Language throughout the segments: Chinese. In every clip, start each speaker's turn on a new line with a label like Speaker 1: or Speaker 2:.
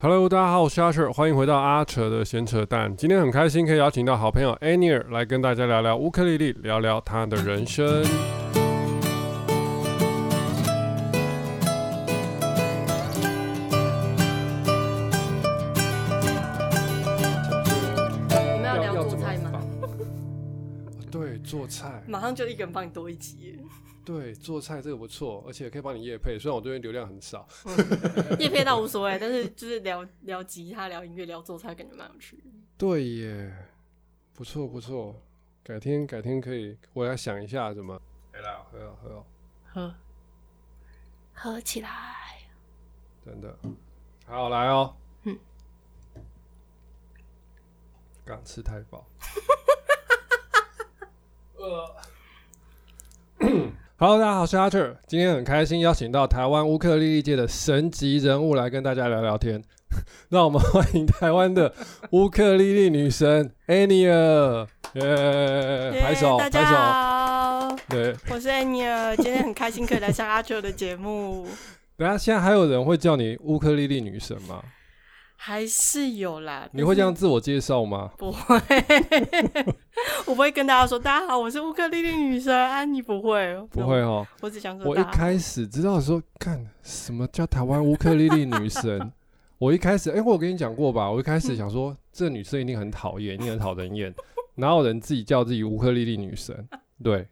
Speaker 1: Hello，大家好，我是阿扯，欢迎回到阿扯的闲扯淡。今天很开心可以邀请到好朋友 Anier 来跟大家聊聊乌克丽丽，聊聊她的人生。
Speaker 2: 我们要聊做菜吗？？
Speaker 1: 哦对，做菜，
Speaker 2: 马上就一个人帮你多一集耶，
Speaker 1: 对，做菜这个不错，而且可以帮你夜配。虽然我这边流量很少，
Speaker 2: 叶片倒无所谓，但是就是聊聊吉他、聊音乐、聊做菜，感觉蛮有趣的。
Speaker 1: 对耶，不错不错。改天改天可以，我来想一下怎么。喝了喝了喝了，
Speaker 2: 喝，喝起来。
Speaker 1: 真的。好来哦。
Speaker 2: 嗯。
Speaker 1: 刚吃太饱。Hello，大家好，我是阿特。今天很开心邀请到台湾乌克丽丽界的神级人物来跟大家聊聊天。 让我们欢迎台湾 的乌克丽丽女神 Ania，耶！呃拍手，
Speaker 2: 大
Speaker 1: 拍
Speaker 2: 家
Speaker 1: 手，
Speaker 2: 好，
Speaker 1: 对。
Speaker 2: 我是 Anya，今天很开心可以来上阿秋的节目，
Speaker 1: 等一下，现在还有人会叫你乌克丽丽女神吗？
Speaker 2: 还是有啦。
Speaker 1: 你会这
Speaker 2: 但
Speaker 1: 样
Speaker 2: 是
Speaker 1: 自我介绍吗？
Speaker 2: 不会？ 我不会跟大家说，大家好，我是乌克丽丽女神安妮，不会，
Speaker 1: 不会，哦。
Speaker 2: 我只想说，
Speaker 1: 我一开始知道说，看什么叫台湾乌克丽丽女神，我一开始，哎、我有跟你讲过吧？我一开始想说，这女生一定很讨厌，一定很讨人厌，哪有人自己叫自己乌克丽丽女神？对，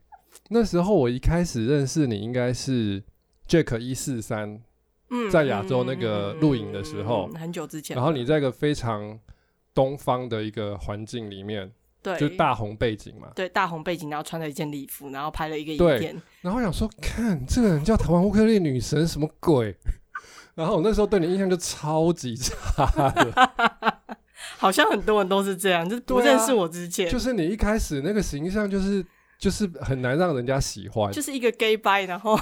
Speaker 1: 那时候我一开始认识你，应该是 Jack 一四三，
Speaker 2: 嗯
Speaker 1: 在亚洲那个露营的时候
Speaker 2: 嗯很久之前了，
Speaker 1: 然后你在一个非常东方的一个环境里面，
Speaker 2: 对
Speaker 1: 就大红背景嘛，
Speaker 2: 对大红背景，然后穿了一件礼服，然后拍了一个
Speaker 1: 对
Speaker 2: 影片。
Speaker 1: 然后我想说，看这个人叫台湾乌克丽女神什么鬼？然后我那时候对你印象就超级差的，
Speaker 2: 好像很多人都是这样，就是不
Speaker 1: 对啊
Speaker 2: 认识我之前，
Speaker 1: 就是你一开始那个形象就是就是很难让人家喜欢，
Speaker 2: 就是一个 gay bye，然后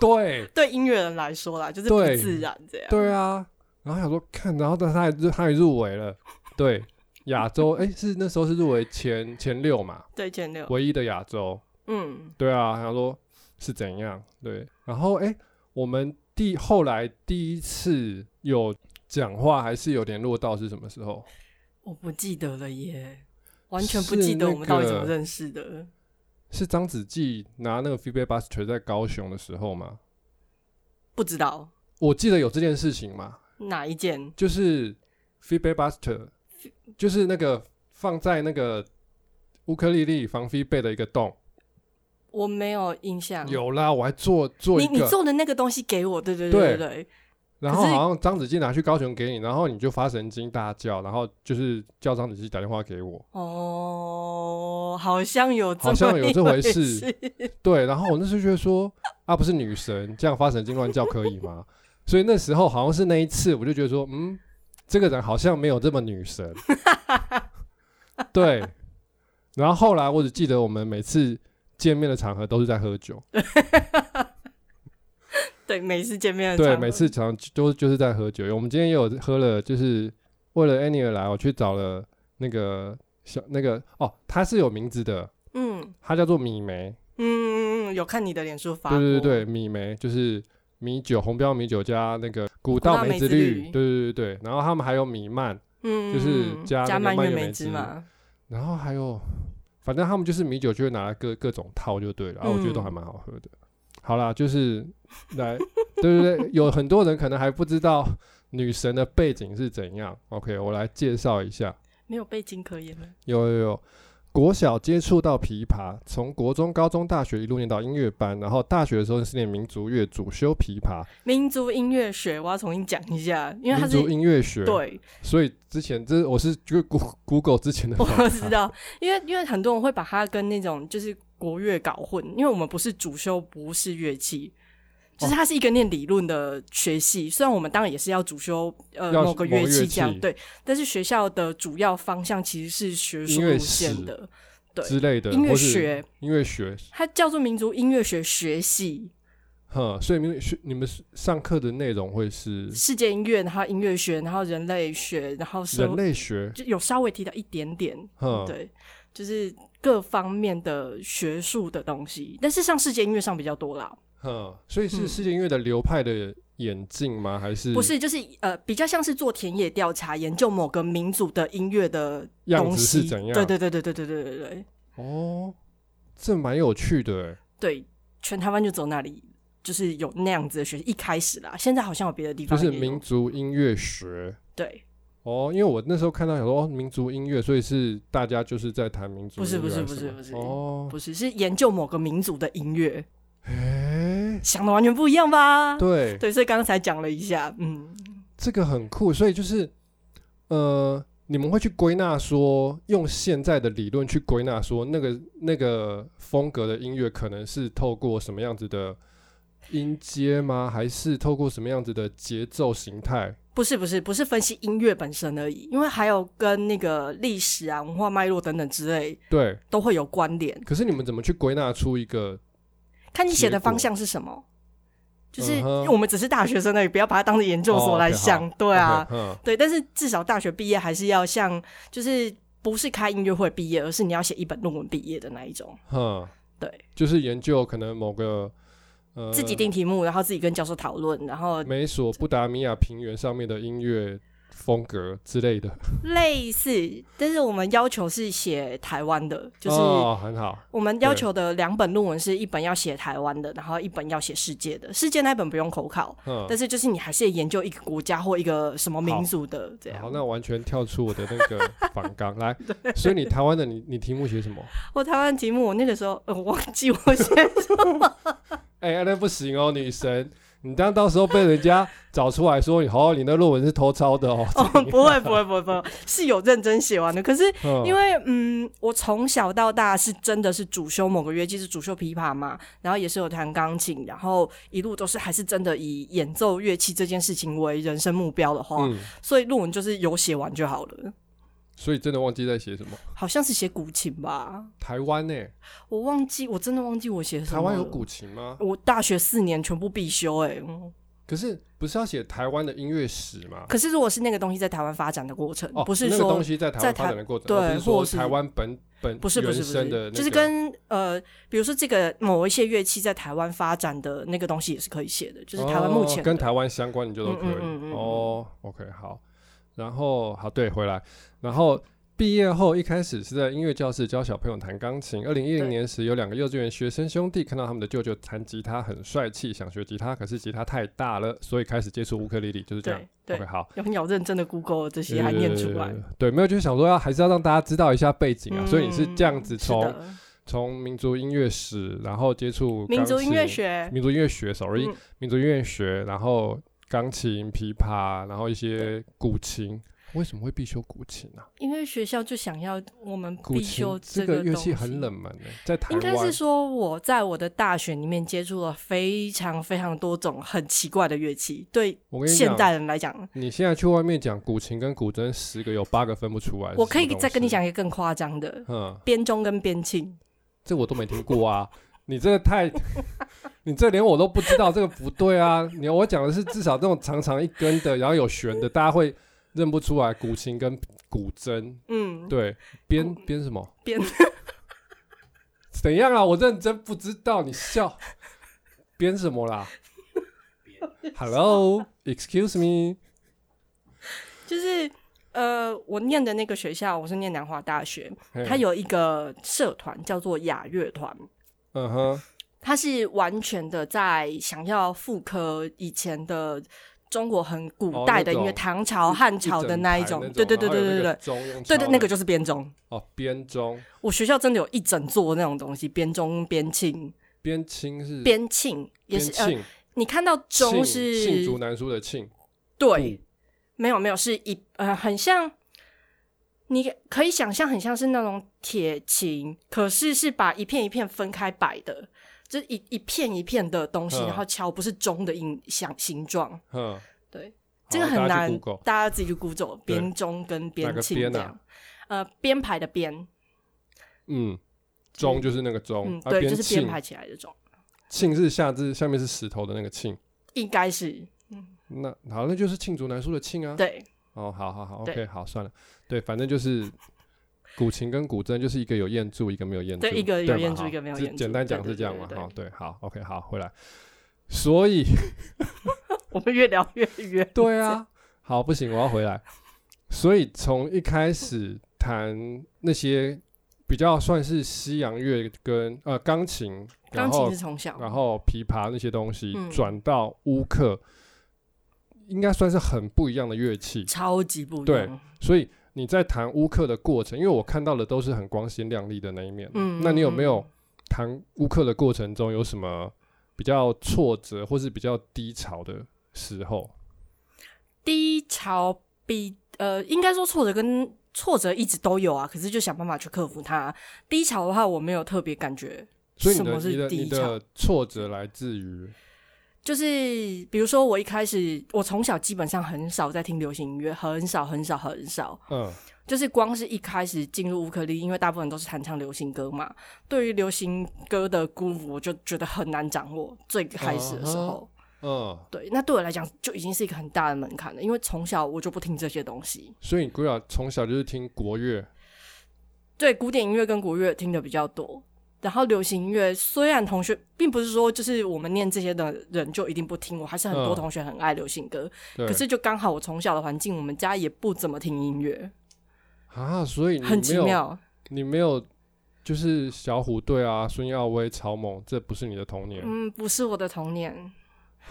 Speaker 1: 对
Speaker 2: 对啊音乐人来说啦，就是不
Speaker 1: 对
Speaker 2: 自然这样。
Speaker 1: 对啊。然后想说看，然后他还他还入围了，对亚洲哎、是那时候是入围前前六嘛，
Speaker 2: 对，前六，
Speaker 1: 唯一的亚洲，
Speaker 2: 嗯，
Speaker 1: 对啊，想说是怎样对。然后哎、我们第后来第一次有讲话还是有联络到是什么时候？
Speaker 2: 我不记得了耶，完全不记得我们到底怎么认识的。
Speaker 1: 是张子骥拿那个 Feedback Buster 在高雄的时候吗？
Speaker 2: 不知道
Speaker 1: 我记得有这件事情嘛，
Speaker 2: 哪一件
Speaker 1: 就是 Feedback Buster，就是那个放在那个乌克丽丽防飞贝的一个洞。
Speaker 2: 我没有印象。
Speaker 1: 有啦，我还做做一
Speaker 2: 哦你你
Speaker 1: 个，
Speaker 2: 做的那个东西给我，对对对对对，
Speaker 1: 然后
Speaker 2: 可是
Speaker 1: 好像张子骥拿去高雄给你，然后你就发神经大叫，然后就是叫张子骥打电话给我。
Speaker 2: 哦，好像有这么
Speaker 1: 好像有这回
Speaker 2: 一
Speaker 1: 事对，然后我那时候觉得说啊，不是女神，这样发神经乱叫可以吗？所以那时候好像是那一次，我就觉得说，嗯，这个人好像没有这么女神。对，然后后来我只记得我们每次见面的场合都是在喝酒，
Speaker 2: 对，每次见面的
Speaker 1: 对，
Speaker 2: 场合
Speaker 1: 每次常都就是在喝酒。我们今天也有喝了，就是为了 Annie 而来，我去找了那个小那个哦，她是有名字的，
Speaker 2: 嗯
Speaker 1: 她叫做米梅。
Speaker 2: 嗯嗯嗯，有看你的脸书发
Speaker 1: 对对
Speaker 2: 过
Speaker 1: 对，米梅就是米酒，红标米酒加那个古
Speaker 2: 道
Speaker 1: 道
Speaker 2: 梅
Speaker 1: 梅子
Speaker 2: 子
Speaker 1: 绿，
Speaker 2: 绿
Speaker 1: 对对对对。然后他们还有米蔓，
Speaker 2: 嗯，
Speaker 1: 就是
Speaker 2: 嗯
Speaker 1: 加那
Speaker 2: 加
Speaker 1: 个
Speaker 2: 蔓
Speaker 1: 蔓
Speaker 2: 越
Speaker 1: 越
Speaker 2: 莓
Speaker 1: 莓
Speaker 2: 汁
Speaker 1: 汁
Speaker 2: 嘛。
Speaker 1: 然后还有，反正他们就是米酒就会拿来各各种套就对了，啊，我觉得都还
Speaker 2: 嗯
Speaker 1: 蛮好喝的。好啦，就是来， 对对对，有很多人可能还不知道女神的背景是怎样。OK，我来介绍一下。
Speaker 2: 没有背景可言了。
Speaker 1: 有有有，国小接触到琵琶，从国中、高中、大学一路念到音乐班，然后大学的时候是念民族乐，主修琵琶，
Speaker 2: 民族音乐学，我要重新讲一下，因为它
Speaker 1: 民
Speaker 2: 是
Speaker 1: 族音乐学。
Speaker 2: 对，
Speaker 1: 所以之前这我是就是 Goo- Google 之前的访谈，
Speaker 2: 我知道，因为因为很多人会把它跟那种就是国乐搞混，因为我们不是主修不是乐器。
Speaker 1: 哦
Speaker 2: 就是它是一个念理论的学系，虽然我们当然也是要主修呃
Speaker 1: 要
Speaker 2: 某个
Speaker 1: 某
Speaker 2: 乐
Speaker 1: 乐
Speaker 2: 器这样
Speaker 1: 器
Speaker 2: 对，但是学校的主要方向其实是学术
Speaker 1: 音乐
Speaker 2: 路线
Speaker 1: 史
Speaker 2: 的
Speaker 1: 之类的，
Speaker 2: 音乐
Speaker 1: 或是
Speaker 2: 学，
Speaker 1: 音乐学，
Speaker 2: 它叫做民族音乐学学系。
Speaker 1: 哼，所以你们学你们上课的内容会是
Speaker 2: 世界音乐，然后音乐学，然后人类学，然后社
Speaker 1: 人类学，
Speaker 2: 就有稍微提到一点点，
Speaker 1: 哼，
Speaker 2: 对，就是各方面的学术的东西，但是像世界音乐上比较多啦。
Speaker 1: 哼，所以是
Speaker 2: 嗯
Speaker 1: 世界音乐的流派的眼镜吗？还是
Speaker 2: 不是，就是呃，比较像是做田野调查，研究某个民族的音乐的
Speaker 1: 样
Speaker 2: 东
Speaker 1: 子
Speaker 2: 西。
Speaker 1: 是怎样
Speaker 2: 对对对对对对对对对
Speaker 1: 哦，这蛮有趣的欸。
Speaker 2: 对，全台湾就走那里，就是有那样子的学习。一开始啦，现在好像有别的地
Speaker 1: 就
Speaker 2: 方
Speaker 1: 是
Speaker 2: 也有
Speaker 1: 民族音乐学
Speaker 2: 对，
Speaker 1: 哦，因为我那时候看到想说哦，民族音乐，所以是大家就是在谈民族
Speaker 2: 不
Speaker 1: 音
Speaker 2: 是
Speaker 1: 乐
Speaker 2: 不是
Speaker 1: 还
Speaker 2: 不是
Speaker 1: 什么
Speaker 2: 不是
Speaker 1: 哦，
Speaker 2: 不是是研究某个民族的音乐，
Speaker 1: 哎，
Speaker 2: 想的完全不一样吧？
Speaker 1: 对，
Speaker 2: 对，所以刚才讲了一下，嗯，
Speaker 1: 这个很酷，所以就是呃，你们会去归纳说，用现在的理论去归纳说，那个那个风格的音乐可能是透过什么样子的音阶吗？还是透过什么样子的节奏形态？
Speaker 2: 不是不是不是分析音乐本身而已，因为还有跟那个历史啊、文化脉络等等之类
Speaker 1: 对，
Speaker 2: 都会有关联。
Speaker 1: 可是你们怎么去归纳出一个？
Speaker 2: 看你写的
Speaker 1: 结果
Speaker 2: 方向是什么，就是
Speaker 1: 嗯哼
Speaker 2: 我们只是大学生而已，不要把它当成研究
Speaker 1: 哦
Speaker 2: 所
Speaker 1: ，OK，
Speaker 2: 来想。
Speaker 1: 好
Speaker 2: 对啊
Speaker 1: OK，嗯，
Speaker 2: 对，但是至少大学毕业还是要像，就是不是开音乐会毕业，而是你要写一本论文毕业的那一种，
Speaker 1: 哼，
Speaker 2: 对，
Speaker 1: 就是研究可能某个呃
Speaker 2: 自己定题目，然后自己跟教授讨论，然后
Speaker 1: 美索不达米亚平原上面的音乐风格之类的，
Speaker 2: 类似。但是我们要求是写台湾的，就是
Speaker 1: 哦，很好，
Speaker 2: 我们要求的两本论文是一本要写台湾的，然后一本要写世界的。世界那本不用口考，
Speaker 1: 嗯，
Speaker 2: 但是就是你还是研究一个国家或一个什么民族的这样
Speaker 1: 好，。那完全跳出我的那 个反纲来。 所以你台湾的你你题目写什么？
Speaker 2: 我台湾题目，我那个时候、呃、我忘记我写，
Speaker 1: 哎、那不行哦，女神，你这样到时候被人家找出来说，哦，你的论文是偷抄的哦。
Speaker 2: 哦，不会不会不会不会，是有认真写完的。可是
Speaker 1: 嗯
Speaker 2: 因为嗯，我从小到大是真的是主修某个乐器，是主修琵琶嘛，然后也是有弹钢琴，然后一路都是还是真的以演奏乐器这件事情为人生目标的话，
Speaker 1: 嗯，
Speaker 2: 所以论文就是有写完就好了。
Speaker 1: 所以真的忘记在写什么。
Speaker 2: 好像是写古琴吧，
Speaker 1: 台湾呢、
Speaker 2: 我忘记，我真的忘记我写什么。
Speaker 1: 台湾有，古琴吗？
Speaker 2: 我大学四年全部必修、欸，哎、
Speaker 1: 可是不是要写台湾的音乐史吗？
Speaker 2: 可是如果是那个东西在台湾发展的过程，
Speaker 1: 哦，
Speaker 2: 不是
Speaker 1: 那
Speaker 2: 说、
Speaker 1: 个东西在台
Speaker 2: 在
Speaker 1: 湾发
Speaker 2: 台
Speaker 1: 展的过程，
Speaker 2: 对
Speaker 1: 而不是
Speaker 2: 或
Speaker 1: 说
Speaker 2: 者是
Speaker 1: 台湾本本
Speaker 2: 不是不
Speaker 1: 原
Speaker 2: 是不是，
Speaker 1: 生的那个，
Speaker 2: 就是跟呃，比如说这个某一些乐器在台湾发展的那个东西也是可以写的，就是台湾目前的、
Speaker 1: 哦跟台湾相关，你就都可以。
Speaker 2: 嗯嗯嗯嗯嗯
Speaker 1: 哦，OK，好。然后好，对，回来。然后毕业后一开始是在音乐教室教小朋友弹钢琴。二零一
Speaker 2: 对
Speaker 1: 零年时，有两个幼稚园学生兄弟看到他们的舅舅弹吉他很帅气，想学吉他，可是吉他太大了，所以开始接触乌克丽丽，就是这样
Speaker 2: 对。对
Speaker 1: OK，好。
Speaker 2: 有很有认真的 Google 这些还念出来
Speaker 1: 呃。对，没有，就是想说要还是要让大家知道一下背景啊，
Speaker 2: 嗯
Speaker 1: 所以你是这样子
Speaker 2: 是
Speaker 1: 从
Speaker 2: 的
Speaker 1: 从民族音乐史，然后接触
Speaker 2: 民族
Speaker 1: 钢
Speaker 2: 音乐
Speaker 1: 琴
Speaker 2: 学，
Speaker 1: 民族音乐学，sorry，、
Speaker 2: 嗯
Speaker 1: 民族音乐学，然后钢琴、琵琶，然后一些古琴。为什么会必修古琴啊？
Speaker 2: 因为学校就想要我们
Speaker 1: 古
Speaker 2: 必
Speaker 1: 琴
Speaker 2: 修
Speaker 1: 这
Speaker 2: 个
Speaker 1: 乐器
Speaker 2: 东
Speaker 1: 很
Speaker 2: 西
Speaker 1: 冷门的、欸在台
Speaker 2: 应该
Speaker 1: 湾
Speaker 2: 是说我在我的大学里面接触了非常非常多种很奇怪的乐器，对
Speaker 1: 我跟你
Speaker 2: 现
Speaker 1: 讲，
Speaker 2: 代人来讲，
Speaker 1: 你现在去外面讲古琴跟古筝，十个有八个分不出来。
Speaker 2: 我可以再跟你，讲一个更夸张的，
Speaker 1: 嗯，
Speaker 2: 编钟跟编磬。
Speaker 1: 这我都没听过啊。 你这个太， 你这连我都不知道，这个不对啊！你我讲的是至少这种长长一根的，然后有弦的，大家会认不出来古琴跟古筝。
Speaker 2: 嗯，
Speaker 1: 对，编编什么？
Speaker 2: 编
Speaker 1: 怎样啊？我认真不知道，你 笑编什么啦？Hello，Excuse me，
Speaker 2: 就是呃，我念的那个学校，我是念南华大学，
Speaker 1: 嘿
Speaker 2: 它有一个社团叫做雅乐团，
Speaker 1: 嗯哼，
Speaker 2: 它是完全的在想要复刻以前的。中国很古代的音
Speaker 1: 哦
Speaker 2: 乐，
Speaker 1: 那种
Speaker 2: 唐朝、汉朝的那一种，对对对对对对对
Speaker 1: 对
Speaker 2: 对对，那个就是编钟。
Speaker 1: 哦编钟
Speaker 2: 我学校真的有一整座那种东西，编钟、编磬、
Speaker 1: 编磬是
Speaker 2: 编磬
Speaker 1: 嗯
Speaker 2: 也
Speaker 1: 编
Speaker 2: 是呃，
Speaker 1: 磬，
Speaker 2: 你看到钟
Speaker 1: 磬罄
Speaker 2: 是
Speaker 1: 竹难书的罄，嗯
Speaker 2: 对，没有没有是一呃，很像你可以想象，很像是那种铁琴，可是是把一片一片分开摆的，就是一一片一片的东西，
Speaker 1: 嗯
Speaker 2: 然后敲不是钟的音响形状，
Speaker 1: 嗯，
Speaker 2: 对，
Speaker 1: 好
Speaker 2: 这个很
Speaker 1: 大家去
Speaker 2: 难，
Speaker 1: Google
Speaker 2: 大家自己去 Google
Speaker 1: 对
Speaker 2: 编钟跟
Speaker 1: 哪
Speaker 2: 编
Speaker 1: 个
Speaker 2: 磬
Speaker 1: 编
Speaker 2: 这
Speaker 1: 啊
Speaker 2: 样，呃，编排的编，
Speaker 1: 嗯，钟就是那个钟
Speaker 2: 嗯，，
Speaker 1: 啊
Speaker 2: 对，
Speaker 1: 编
Speaker 2: 就是编
Speaker 1: 磬
Speaker 2: 排起来的钟，
Speaker 1: 磬是下字下面是石头的那个磬，
Speaker 2: 应该是
Speaker 1: 那好，那就是罄竹难书的罄啊，
Speaker 2: 对。
Speaker 1: 哦，好好好
Speaker 2: 对
Speaker 1: ，OK，好，算了，对，反正就是古琴跟古筝，就是一个有验注，一个没有验注，
Speaker 2: 对一个有
Speaker 1: 对嘛
Speaker 2: 验注
Speaker 1: 好
Speaker 2: 一个没有
Speaker 1: 就
Speaker 2: 验
Speaker 1: 简
Speaker 2: 注
Speaker 1: 单
Speaker 2: 对
Speaker 1: 讲
Speaker 2: 对
Speaker 1: 是这样
Speaker 2: 对
Speaker 1: 嘛，
Speaker 2: 对
Speaker 1: 哈，对，好，OK，好，回来，所以
Speaker 2: 我们越聊越远。
Speaker 1: 对啊，好，不行，我要回来。所以从一开始谈那些比较算是西洋乐跟呃钢琴，
Speaker 2: 钢
Speaker 1: 然后
Speaker 2: 琴是从小，
Speaker 1: 然后琵琶那些东西，
Speaker 2: 嗯
Speaker 1: 转到乌克，应该算是很不一样的乐器。
Speaker 2: 超级不一
Speaker 1: 对
Speaker 2: 样。
Speaker 1: 所以你在弹乌克的过程，因为我看到的都是很光鲜亮丽的那一面。
Speaker 2: 嗯
Speaker 1: 那你有没有
Speaker 2: 嗯
Speaker 1: 弹乌克的过程中有什么比较挫折或是比较低潮的时候？
Speaker 2: 低潮比呃，应该说挫折跟挫折一直都有啊，可是就想办法去克服它。低潮的话，我没有特别感觉
Speaker 1: 所以
Speaker 2: 什
Speaker 1: 你的
Speaker 2: 么
Speaker 1: 你
Speaker 2: 是
Speaker 1: 的你
Speaker 2: 低潮，
Speaker 1: 的挫折来自于
Speaker 2: 就是比如说我一开始，我从小基本上很少在听流行音乐，很少很少很少，
Speaker 1: 嗯
Speaker 2: 就是光是一开始进入乌克丽，因为大部分都是弹唱流行歌嘛，对于流行歌的 groove 我就觉得很难掌握。最开始的时候
Speaker 1: 嗯，
Speaker 2: 对，那对我来讲就已经是一个很大的门槛了，因为从小我就不听这些东西，
Speaker 1: 所以你归亚从小就是听国乐，
Speaker 2: 对古典音乐跟国乐听的比较多。然后流行音乐虽然同学并不是说就是我们念这些的人就一定不听，我还是很
Speaker 1: 嗯
Speaker 2: 多同学很爱流行歌，
Speaker 1: 对，
Speaker 2: 可是就刚好我从小的环境，我们家也不怎么听音乐，
Speaker 1: 啊，所以你
Speaker 2: 很
Speaker 1: 没
Speaker 2: 奇
Speaker 1: 有
Speaker 2: 妙。
Speaker 1: 你没有就是小虎队啊、孙耀威、草蜢，这不是你的童年、
Speaker 2: 嗯，不是我的童年。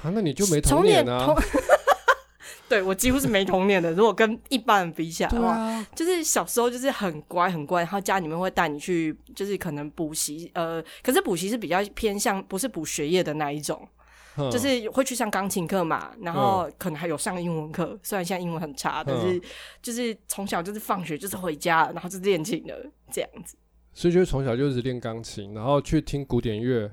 Speaker 1: 啊，那你就没
Speaker 2: 童
Speaker 1: 年
Speaker 2: 童
Speaker 1: 啊，，
Speaker 2: 对我几乎是没童年的。如果跟一般人比起来的
Speaker 1: 对
Speaker 2: 话，
Speaker 1: 啊，
Speaker 2: 就是小时候就是很乖很乖，然后家里面会带你去，就是可能补习，呃，可是补习是比较偏向不是补学业的那一种，
Speaker 1: 哼
Speaker 2: 就是会去上钢琴课嘛，然后可能还有上英文课，虽然现在英文很差，但是就是从小就是放学就是回家，然后就是练琴的这样子
Speaker 1: 所以就是从小就一直练钢琴，然后去听古典乐，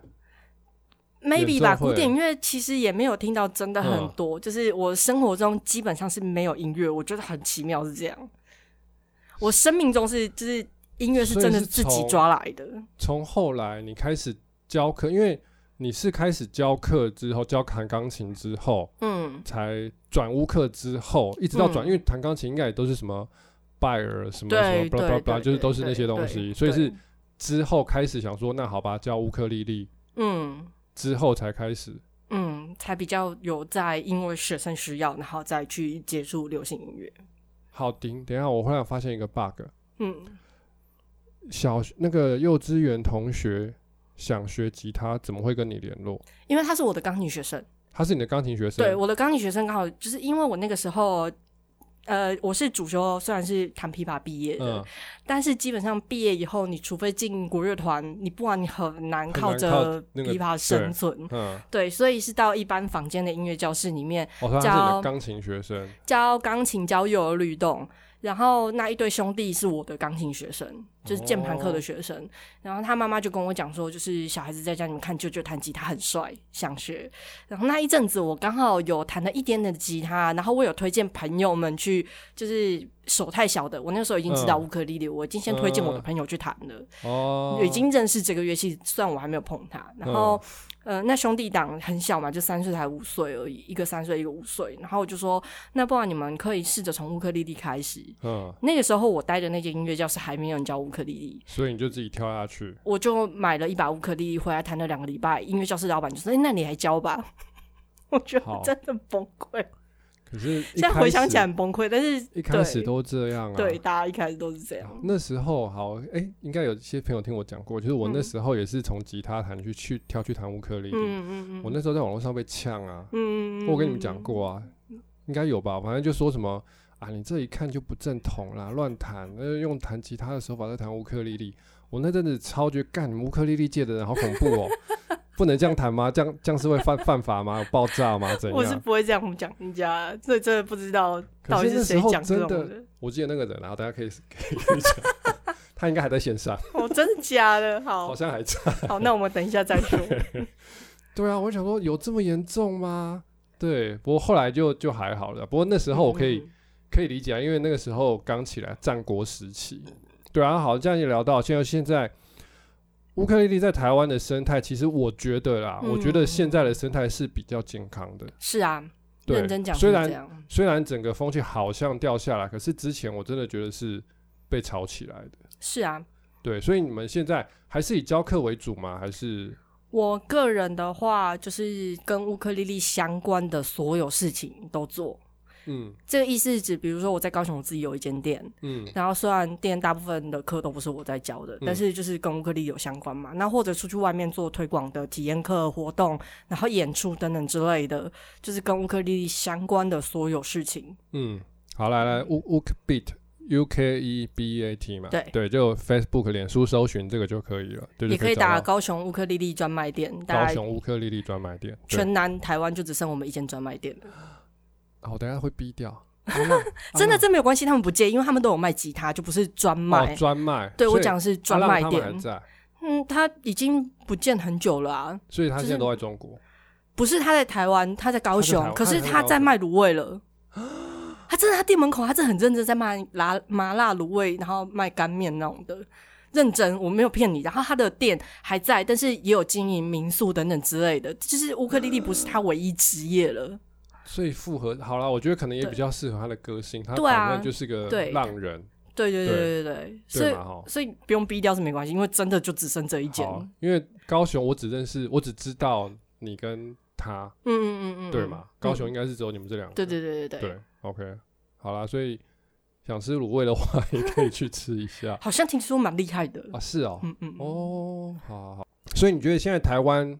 Speaker 2: ，maybe
Speaker 1: 演
Speaker 2: 吧。
Speaker 1: 奏会
Speaker 2: 古典乐其实也没有听到真的很
Speaker 1: 嗯
Speaker 2: 多，就是我生活中基本上是没有音乐，我觉得很奇妙是这样。我生命中是就是音乐是
Speaker 1: 所以
Speaker 2: 真的
Speaker 1: 是
Speaker 2: 自己
Speaker 1: 从
Speaker 2: 抓来的，
Speaker 1: 从后来你开始教课，因为你是开始教课之后，教弹钢琴之后，
Speaker 2: 嗯。
Speaker 1: 才转乌克之后，一直到转，
Speaker 2: 嗯
Speaker 1: 因为弹钢琴应该也都是什么拜耳什么什么
Speaker 2: 对
Speaker 1: ，blah blah
Speaker 2: 对对
Speaker 1: blah，就是都是
Speaker 2: 对
Speaker 1: 那些
Speaker 2: 对
Speaker 1: 东
Speaker 2: 对
Speaker 1: 西，所以
Speaker 2: 对
Speaker 1: 是之后开始想说，那好吧，教乌克丽丽
Speaker 2: 嗯
Speaker 1: 之后才开始。
Speaker 2: 嗯，才比较有在因为学生需要，然后再去接触流行音乐。
Speaker 1: 好，停，等一下，我忽然发现一个 bug，
Speaker 2: 嗯，
Speaker 1: 小那个幼稚园同学想学吉他，怎么会跟你联络？
Speaker 2: 因为他是我的钢琴学生，
Speaker 1: 他是你的钢琴学生，
Speaker 2: 对我的钢琴学生刚好就是因为我那个时候，呃，我是主修，虽然是弹琵琶毕业的，
Speaker 1: 嗯，
Speaker 2: 但是基本上毕业以后，你除非进国乐团，你不然你很难
Speaker 1: 很
Speaker 2: 靠
Speaker 1: 难
Speaker 2: 着
Speaker 1: 靠那个
Speaker 2: 琵琶生存。
Speaker 1: 嗯，
Speaker 2: 对，所以是到一般房间的音乐教室里面
Speaker 1: 哦，所以他是你
Speaker 2: 教
Speaker 1: 的钢琴学生，
Speaker 2: 教钢琴、教幼儿律动，然后那一对兄弟是我的钢琴学生，就是键盘课的学生。然后他妈妈就跟我讲说，就是小孩子在家里面看舅舅弹吉他很帅，想学。然后那一阵子我刚好有弹了一点点的吉他，然后我有推荐朋友们去，就是手太小的，我那时候已经知道
Speaker 1: 嗯
Speaker 2: 乌克丽丽，我已经先推荐我的朋友去弹了。
Speaker 1: 哦，嗯
Speaker 2: 已经认识这个乐器，虽然我还没有碰它。然后，呃，那兄弟党很小嘛，就三岁才五岁而已，一个三岁，一个五岁。然后我就说，那不然你们可以试着从乌克丽丽开始。
Speaker 1: 嗯，
Speaker 2: 那个时候我待的那间音乐教室还没有人教乌克丽丽，
Speaker 1: 所以你就自己跳下去，
Speaker 2: 我就买了一把乌克丽丽回来弹了两个礼拜。音乐教室老板就说：“哎、那你来教吧。”我觉得
Speaker 1: 好
Speaker 2: 真的崩溃，
Speaker 1: 可是一
Speaker 2: 现在回想
Speaker 1: 开始
Speaker 2: 起来很崩溃，但是
Speaker 1: 一开始都这样啊。
Speaker 2: 对对，大家一开始都是这样。
Speaker 1: 那时候好，哎、应该有些朋友听我讲过，就是我那
Speaker 2: 嗯
Speaker 1: 时候也是从吉他弹去去跳去弹乌克丽丽。
Speaker 2: 嗯嗯嗯，
Speaker 1: 我那时候在网络上被呛啊，
Speaker 2: 嗯，
Speaker 1: 我跟你们讲过啊，应该有吧？反正就说什么啊，你这一看就不正统啦，乱弹，呃，用弹吉他的手法在弹乌克丽丽。我那阵子超觉得，干你们乌克丽丽界的人好恐怖哦， 不能这样弹吗？这样这样是会犯犯法吗？有爆炸吗？怎
Speaker 2: 我是
Speaker 1: 样？
Speaker 2: 不会这样讲人家，这真的不知道到
Speaker 1: 可
Speaker 2: 底
Speaker 1: 是那时
Speaker 2: 谁
Speaker 1: 候
Speaker 2: 讲这种
Speaker 1: 真的。我记得那个人啊，大家可以 可以去讲，他应该还在线上，
Speaker 2: 哦，真的假的？
Speaker 1: 好
Speaker 2: 好
Speaker 1: 像还在。
Speaker 2: 好，那我们等一下再 说。
Speaker 1: 对啊，我想说有这么严重吗？对，不过后来就就还好了。不过那时候我可
Speaker 2: 嗯
Speaker 1: 以、可以理解啊，因为那个时候刚起来，战国时期。对啊，好，这样也聊到现在，现在乌克丽丽在台湾的生态，其实我觉得啦，
Speaker 2: 嗯
Speaker 1: 我觉得现在的生态是比较健康的。
Speaker 2: 是啊，
Speaker 1: 对
Speaker 2: 认真讲
Speaker 1: 虽
Speaker 2: 是
Speaker 1: 然
Speaker 2: 这样，
Speaker 1: 虽然整个风气好像掉下来，可是之前我真的觉得是被炒起来的。
Speaker 2: 是啊，
Speaker 1: 对，所以你们现在还是以教课为主吗？还是
Speaker 2: 我个人的话，就是跟乌克丽丽相关的所有事情都做。
Speaker 1: 嗯
Speaker 2: 这个意思是指，比如说我在高雄我自己有一间店，
Speaker 1: 嗯
Speaker 2: 然后虽然店大部分的课都不是我在教的，但是就是跟乌克丽有相关嘛。那或者出去外面做推广的体验课活动，然后演出等等之类的，就是跟乌克丽丽相关的所有事情。
Speaker 1: 嗯，好，来来，U U Beat U K E B A T 嘛，
Speaker 2: 对
Speaker 1: 就 Facebook 脸书搜寻这个就可以了，对，
Speaker 2: 也
Speaker 1: 就
Speaker 2: 可以
Speaker 1: 找到
Speaker 2: 打高雄乌克丽丽专卖店，大
Speaker 1: 高
Speaker 2: 概
Speaker 1: 雄乌克丽丽专卖店，对
Speaker 2: 全南台湾就只剩我们一间专卖店了。
Speaker 1: 啊我等一下会逼掉， 哦
Speaker 2: 真的，这没有关系，他们不介意，因为他们都有卖吉他，就不是专卖。
Speaker 1: 哦，专卖，
Speaker 2: 对我
Speaker 1: 所以
Speaker 2: 讲的是
Speaker 1: 阿
Speaker 2: 专
Speaker 1: 浪
Speaker 2: 卖
Speaker 1: 他们还
Speaker 2: 店，
Speaker 1: 在，
Speaker 2: 嗯，他已经不见很久了啊。
Speaker 1: 所以他
Speaker 2: 就是
Speaker 1: 现在都在中国，
Speaker 2: 不是他在台湾，他在高雄
Speaker 1: 他在台，湾
Speaker 2: 可是
Speaker 1: 他在
Speaker 2: 他
Speaker 1: 高雄
Speaker 2: 在卖卤味了。他真的，他店门口，他真的很认真在卖麻麻辣卤味，然后卖干面那种的，认真，我没有骗你。然后他的店还在，但是也有经营民宿等等之类的。就是乌克丽丽不是他唯一职业了，
Speaker 1: 所以复合好了，我觉得可能也
Speaker 2: 对
Speaker 1: 比较适合他的个性，他
Speaker 2: 对啊
Speaker 1: 反正就是个
Speaker 2: 对
Speaker 1: 浪人，
Speaker 2: 对对对对对，所
Speaker 1: 对
Speaker 2: 以
Speaker 1: 嘛哈。
Speaker 2: 所以不用逼掉是没关系，因为真的就只剩这一间。
Speaker 1: 好，因为高雄我只认识，我只知道你跟他，
Speaker 2: 嗯嗯嗯嗯，
Speaker 1: 对嘛？高雄
Speaker 2: 嗯
Speaker 1: 应该是只有你们这两个。
Speaker 2: 对对对对对，
Speaker 1: 对，OK，好啦，所以想吃卤味的话， 也可以去吃一下
Speaker 2: 好像听说蛮厉害的。
Speaker 1: 啊。是哦，
Speaker 2: 嗯嗯，嗯
Speaker 1: 哦，好好好。所以你觉得现在台湾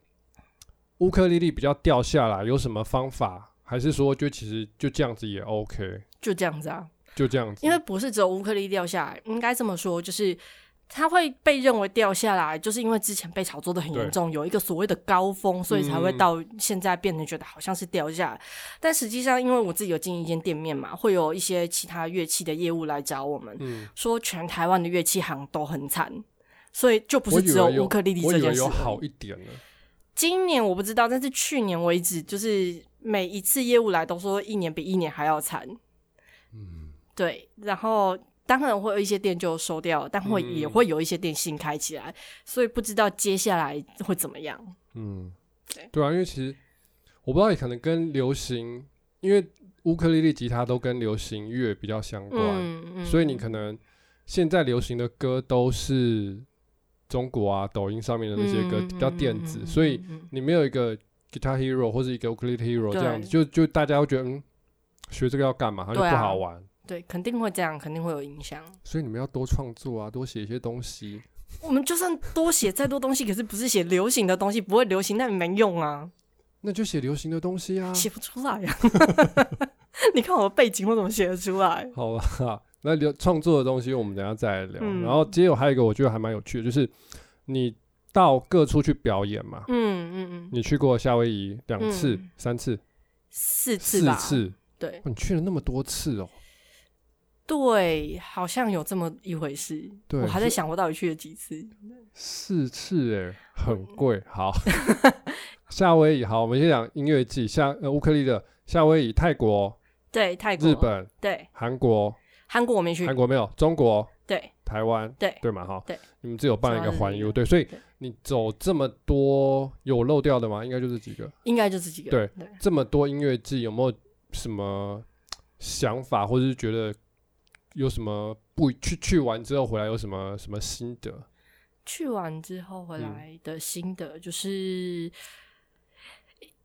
Speaker 1: 乌克丽丽比较掉下来，有什么方法？还是说就其实就这样子也 OK，
Speaker 2: 就这样子啊。
Speaker 1: 就这样子？
Speaker 2: 因为不是只有乌克丽掉下来，应该这么说，就是它会被认为掉下来，就是因为之前被炒作的很严重，有一个所谓的高峰，所以才
Speaker 1: 嗯
Speaker 2: 会到现在变得觉得好像是掉下来。但实际上，因为我自己有经营一间店面嘛，会有一些其他乐器的业务来找我们，
Speaker 1: 嗯，
Speaker 2: 说全台湾的乐器行都很惨。所以就不
Speaker 1: 我
Speaker 2: 是
Speaker 1: 以为
Speaker 2: 只有
Speaker 1: 有
Speaker 2: 乌克丽丽
Speaker 1: 我
Speaker 2: 这
Speaker 1: 以为
Speaker 2: 件事
Speaker 1: 有
Speaker 2: 而已。
Speaker 1: 好一点了。
Speaker 2: 今年我不知道，但是去年为止，就是每一次业务来都说一年比一年还要惨。
Speaker 1: 嗯，
Speaker 2: 对，然后当然会有一些店就收掉了，但会、
Speaker 1: 嗯
Speaker 2: 也会有一些店新开起来，所以不知道接下来会怎么样。
Speaker 1: 嗯
Speaker 2: 对，
Speaker 1: 对啊，因为其实我不知道，也可能跟流行，因为乌克丽丽吉他都跟流行乐比较相关，
Speaker 2: 嗯嗯，
Speaker 1: 所以你可能现在流行的歌都是中国啊、抖音上面的那些歌
Speaker 2: 嗯
Speaker 1: 比较电子，
Speaker 2: 嗯嗯
Speaker 1: 所以
Speaker 2: 嗯嗯
Speaker 1: 你没有一个 Guitar Hero 或者一个 Ukulele Hero
Speaker 2: 对
Speaker 1: 这样子，就就大家会觉得嗯，学这个要干嘛？它就
Speaker 2: 对啊
Speaker 1: 不好玩。
Speaker 2: 对，肯定会这样，肯定会有影响。
Speaker 1: 所以你们要多创作啊，多写一些东西。
Speaker 2: 我们就算多写再多东西，可是不是写流行的东西不会流行，那也没用啊，
Speaker 1: 那就写流行的东西啊，
Speaker 2: 写不出来啊。你看我的背景，我怎么写得出来？
Speaker 1: 好吧， 那聊创作的东西，我们等一下再聊。
Speaker 2: 嗯
Speaker 1: 然后接有还有一个，我觉得还蛮有趣的，就是你到各处去表演嘛。
Speaker 2: 嗯嗯嗯，
Speaker 1: 你去过夏威夷两次、
Speaker 2: 嗯
Speaker 1: 三次、
Speaker 2: 四次
Speaker 1: 四
Speaker 2: 吧，
Speaker 1: 次，
Speaker 2: 对
Speaker 1: 哇你去了那么多次哦。
Speaker 2: 对，好像有这么一回事。
Speaker 1: 对
Speaker 2: 我还在
Speaker 1: 是
Speaker 2: 想我到底去了几次。
Speaker 1: 四次哎、很贵。好， 夏威夷好，我们先讲音乐季，夏呃乌克丽的夏威夷、泰国、
Speaker 2: 对，泰国、
Speaker 1: 日本、
Speaker 2: 对。
Speaker 1: 韩国，
Speaker 2: 韩国我没去
Speaker 1: 韩，国没有，中国、
Speaker 2: 对
Speaker 1: 台湾，
Speaker 2: 对
Speaker 1: 对嘛哈，
Speaker 2: 对，
Speaker 1: 你们只有办了一个
Speaker 2: 主要是
Speaker 1: 环
Speaker 2: 这
Speaker 1: 游，
Speaker 2: 个
Speaker 1: 对，所以
Speaker 2: 对
Speaker 1: 你走这么多有漏掉的吗？应该就是几个，
Speaker 2: 应该就这几个。
Speaker 1: 对
Speaker 2: 对，
Speaker 1: 这么多音乐季有没有什么想法，或者是觉得有什么不去去完之后回来有什么什么心得？
Speaker 2: 去完之后
Speaker 1: 嗯
Speaker 2: 回来的心得就是。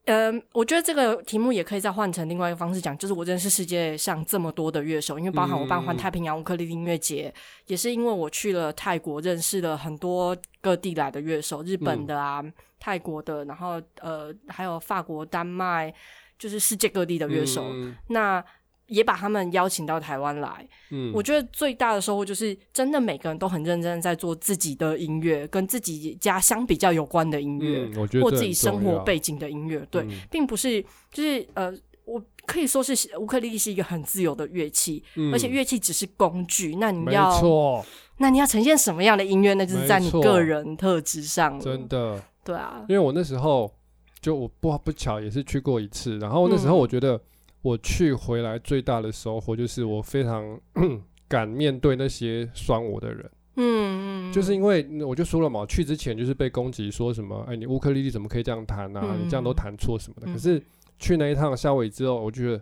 Speaker 2: 嗯，我觉得这个题目也可以再换成另外一个方式讲，就是我认识世界上这么多的乐手，因为包含我办环
Speaker 1: 嗯
Speaker 2: 太平洋乌克丽丽音乐节，也是因为我去了泰国，认识了很多各地来的乐手，日本的啊、
Speaker 1: 嗯
Speaker 2: 泰国的，然后呃，还有法国、丹麦，就是世界各地的乐手，
Speaker 1: 嗯，
Speaker 2: 那也把他们邀请到台湾来。
Speaker 1: 嗯
Speaker 2: 我觉得最大的收获就是，真的每个人都很认真地在做自己的音乐，跟自己家相比较有关的音乐，
Speaker 1: 嗯，我觉得
Speaker 2: 或
Speaker 1: 这
Speaker 2: 自
Speaker 1: 很
Speaker 2: 己生
Speaker 1: 重
Speaker 2: 活
Speaker 1: 要
Speaker 2: 背景的音乐。对，
Speaker 1: 嗯
Speaker 2: 并不是就是呃，我可以说是乌克丽丽是一个很自由的乐器，
Speaker 1: 嗯
Speaker 2: 而且乐器只是工具。那你
Speaker 1: 没
Speaker 2: 要
Speaker 1: 错，
Speaker 2: 那你要呈现什么样的音乐，那就是在
Speaker 1: 没
Speaker 2: 你
Speaker 1: 错
Speaker 2: 个人特质上了
Speaker 1: 真的，
Speaker 2: 对啊，
Speaker 1: 因为我那时候就我不不巧也是去过一次，然后那时候
Speaker 2: 嗯
Speaker 1: 我觉得我去回来最大的收获就是我非常 敢面对那些酸我的人，
Speaker 2: 嗯嗯，
Speaker 1: 就是因为我就说了嘛，去之前就是被攻击说什么，哎，你乌克丽丽怎么可以这样弹啊？你这样都
Speaker 2: 嗯
Speaker 1: 弹错什么的。
Speaker 2: 嗯
Speaker 1: 可是去那一趟夏威夷之后，我觉得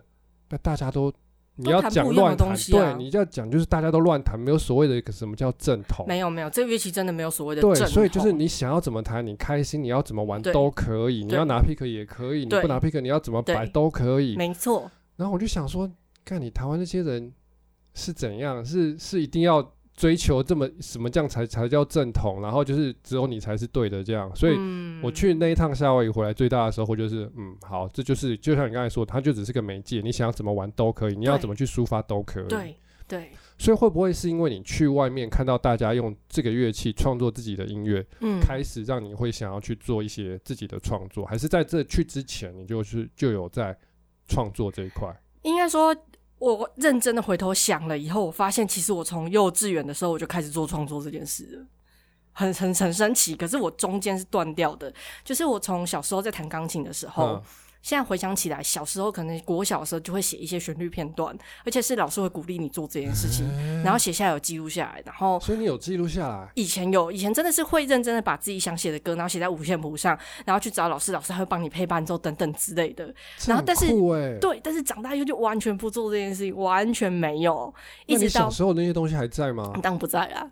Speaker 1: 那大家都你要
Speaker 2: 谈
Speaker 1: 讲
Speaker 2: 不一样
Speaker 1: 乱
Speaker 2: 的东
Speaker 1: 弹，
Speaker 2: 西啊
Speaker 1: 对，你要讲就是大家都乱弹，没有所谓的一个什么叫正统，
Speaker 2: 没有没有，这个乐器真的没有所谓的
Speaker 1: 对，
Speaker 2: 正
Speaker 1: 所以就是
Speaker 2: 统
Speaker 1: 你想要怎么弹，你开心，你要怎么玩
Speaker 2: 对
Speaker 1: 都可以，你
Speaker 2: 对
Speaker 1: 要拿 pick 也可以，你
Speaker 2: 对
Speaker 1: 不拿 pick 你要怎么摆
Speaker 2: 对
Speaker 1: 都可以。
Speaker 2: 没错，
Speaker 1: 然后我就想说，看你台湾那些人是怎样，是是一定要追求这么什么这样才才叫正统，然后就是只有你才是对的这样。所以
Speaker 2: 嗯
Speaker 1: 我去那一趟夏威夷回来，最大的收获就是，嗯，好，这就是就像你刚才说，它就只是个媒介，你想要怎么玩都可以，你要
Speaker 2: 对
Speaker 1: 怎么去抒发都可以。
Speaker 2: 对对，
Speaker 1: 所以会不会是因为你去外面看到大家用这个乐器创作自己的音乐，
Speaker 2: 嗯，
Speaker 1: 开始让你会想要去做一些自己的创作，还是在这去之前你就是就有在创作这一块？
Speaker 2: 应该说，我认真的回头想了以后，我发现其实我从幼稚园的时候我就开始做创作这件事了，很很很神奇。可是我中间是断掉的，就是我从小时候在弹钢琴的时候。
Speaker 1: 嗯
Speaker 2: 现在回想起来，小时候可能国小的时候就会写一些旋律片段，而且是老师会鼓励你做这件事情，然后写下来有记录下来，然后
Speaker 1: 所以你有记录下 来，
Speaker 2: 以前有，以前真的是会认真的把自己想写的歌，然后写在五线谱上，然后去找老师，老师还会帮你配伴奏等等之类的。
Speaker 1: 这
Speaker 2: 然后
Speaker 1: 很
Speaker 2: 但是
Speaker 1: 酷欸
Speaker 2: 对，但是长大以后就完全不做这件事情，完全没有，一
Speaker 1: 那你
Speaker 2: 直
Speaker 1: 小
Speaker 2: 到
Speaker 1: 时候那些东西还在吗？
Speaker 2: 当然不在啦，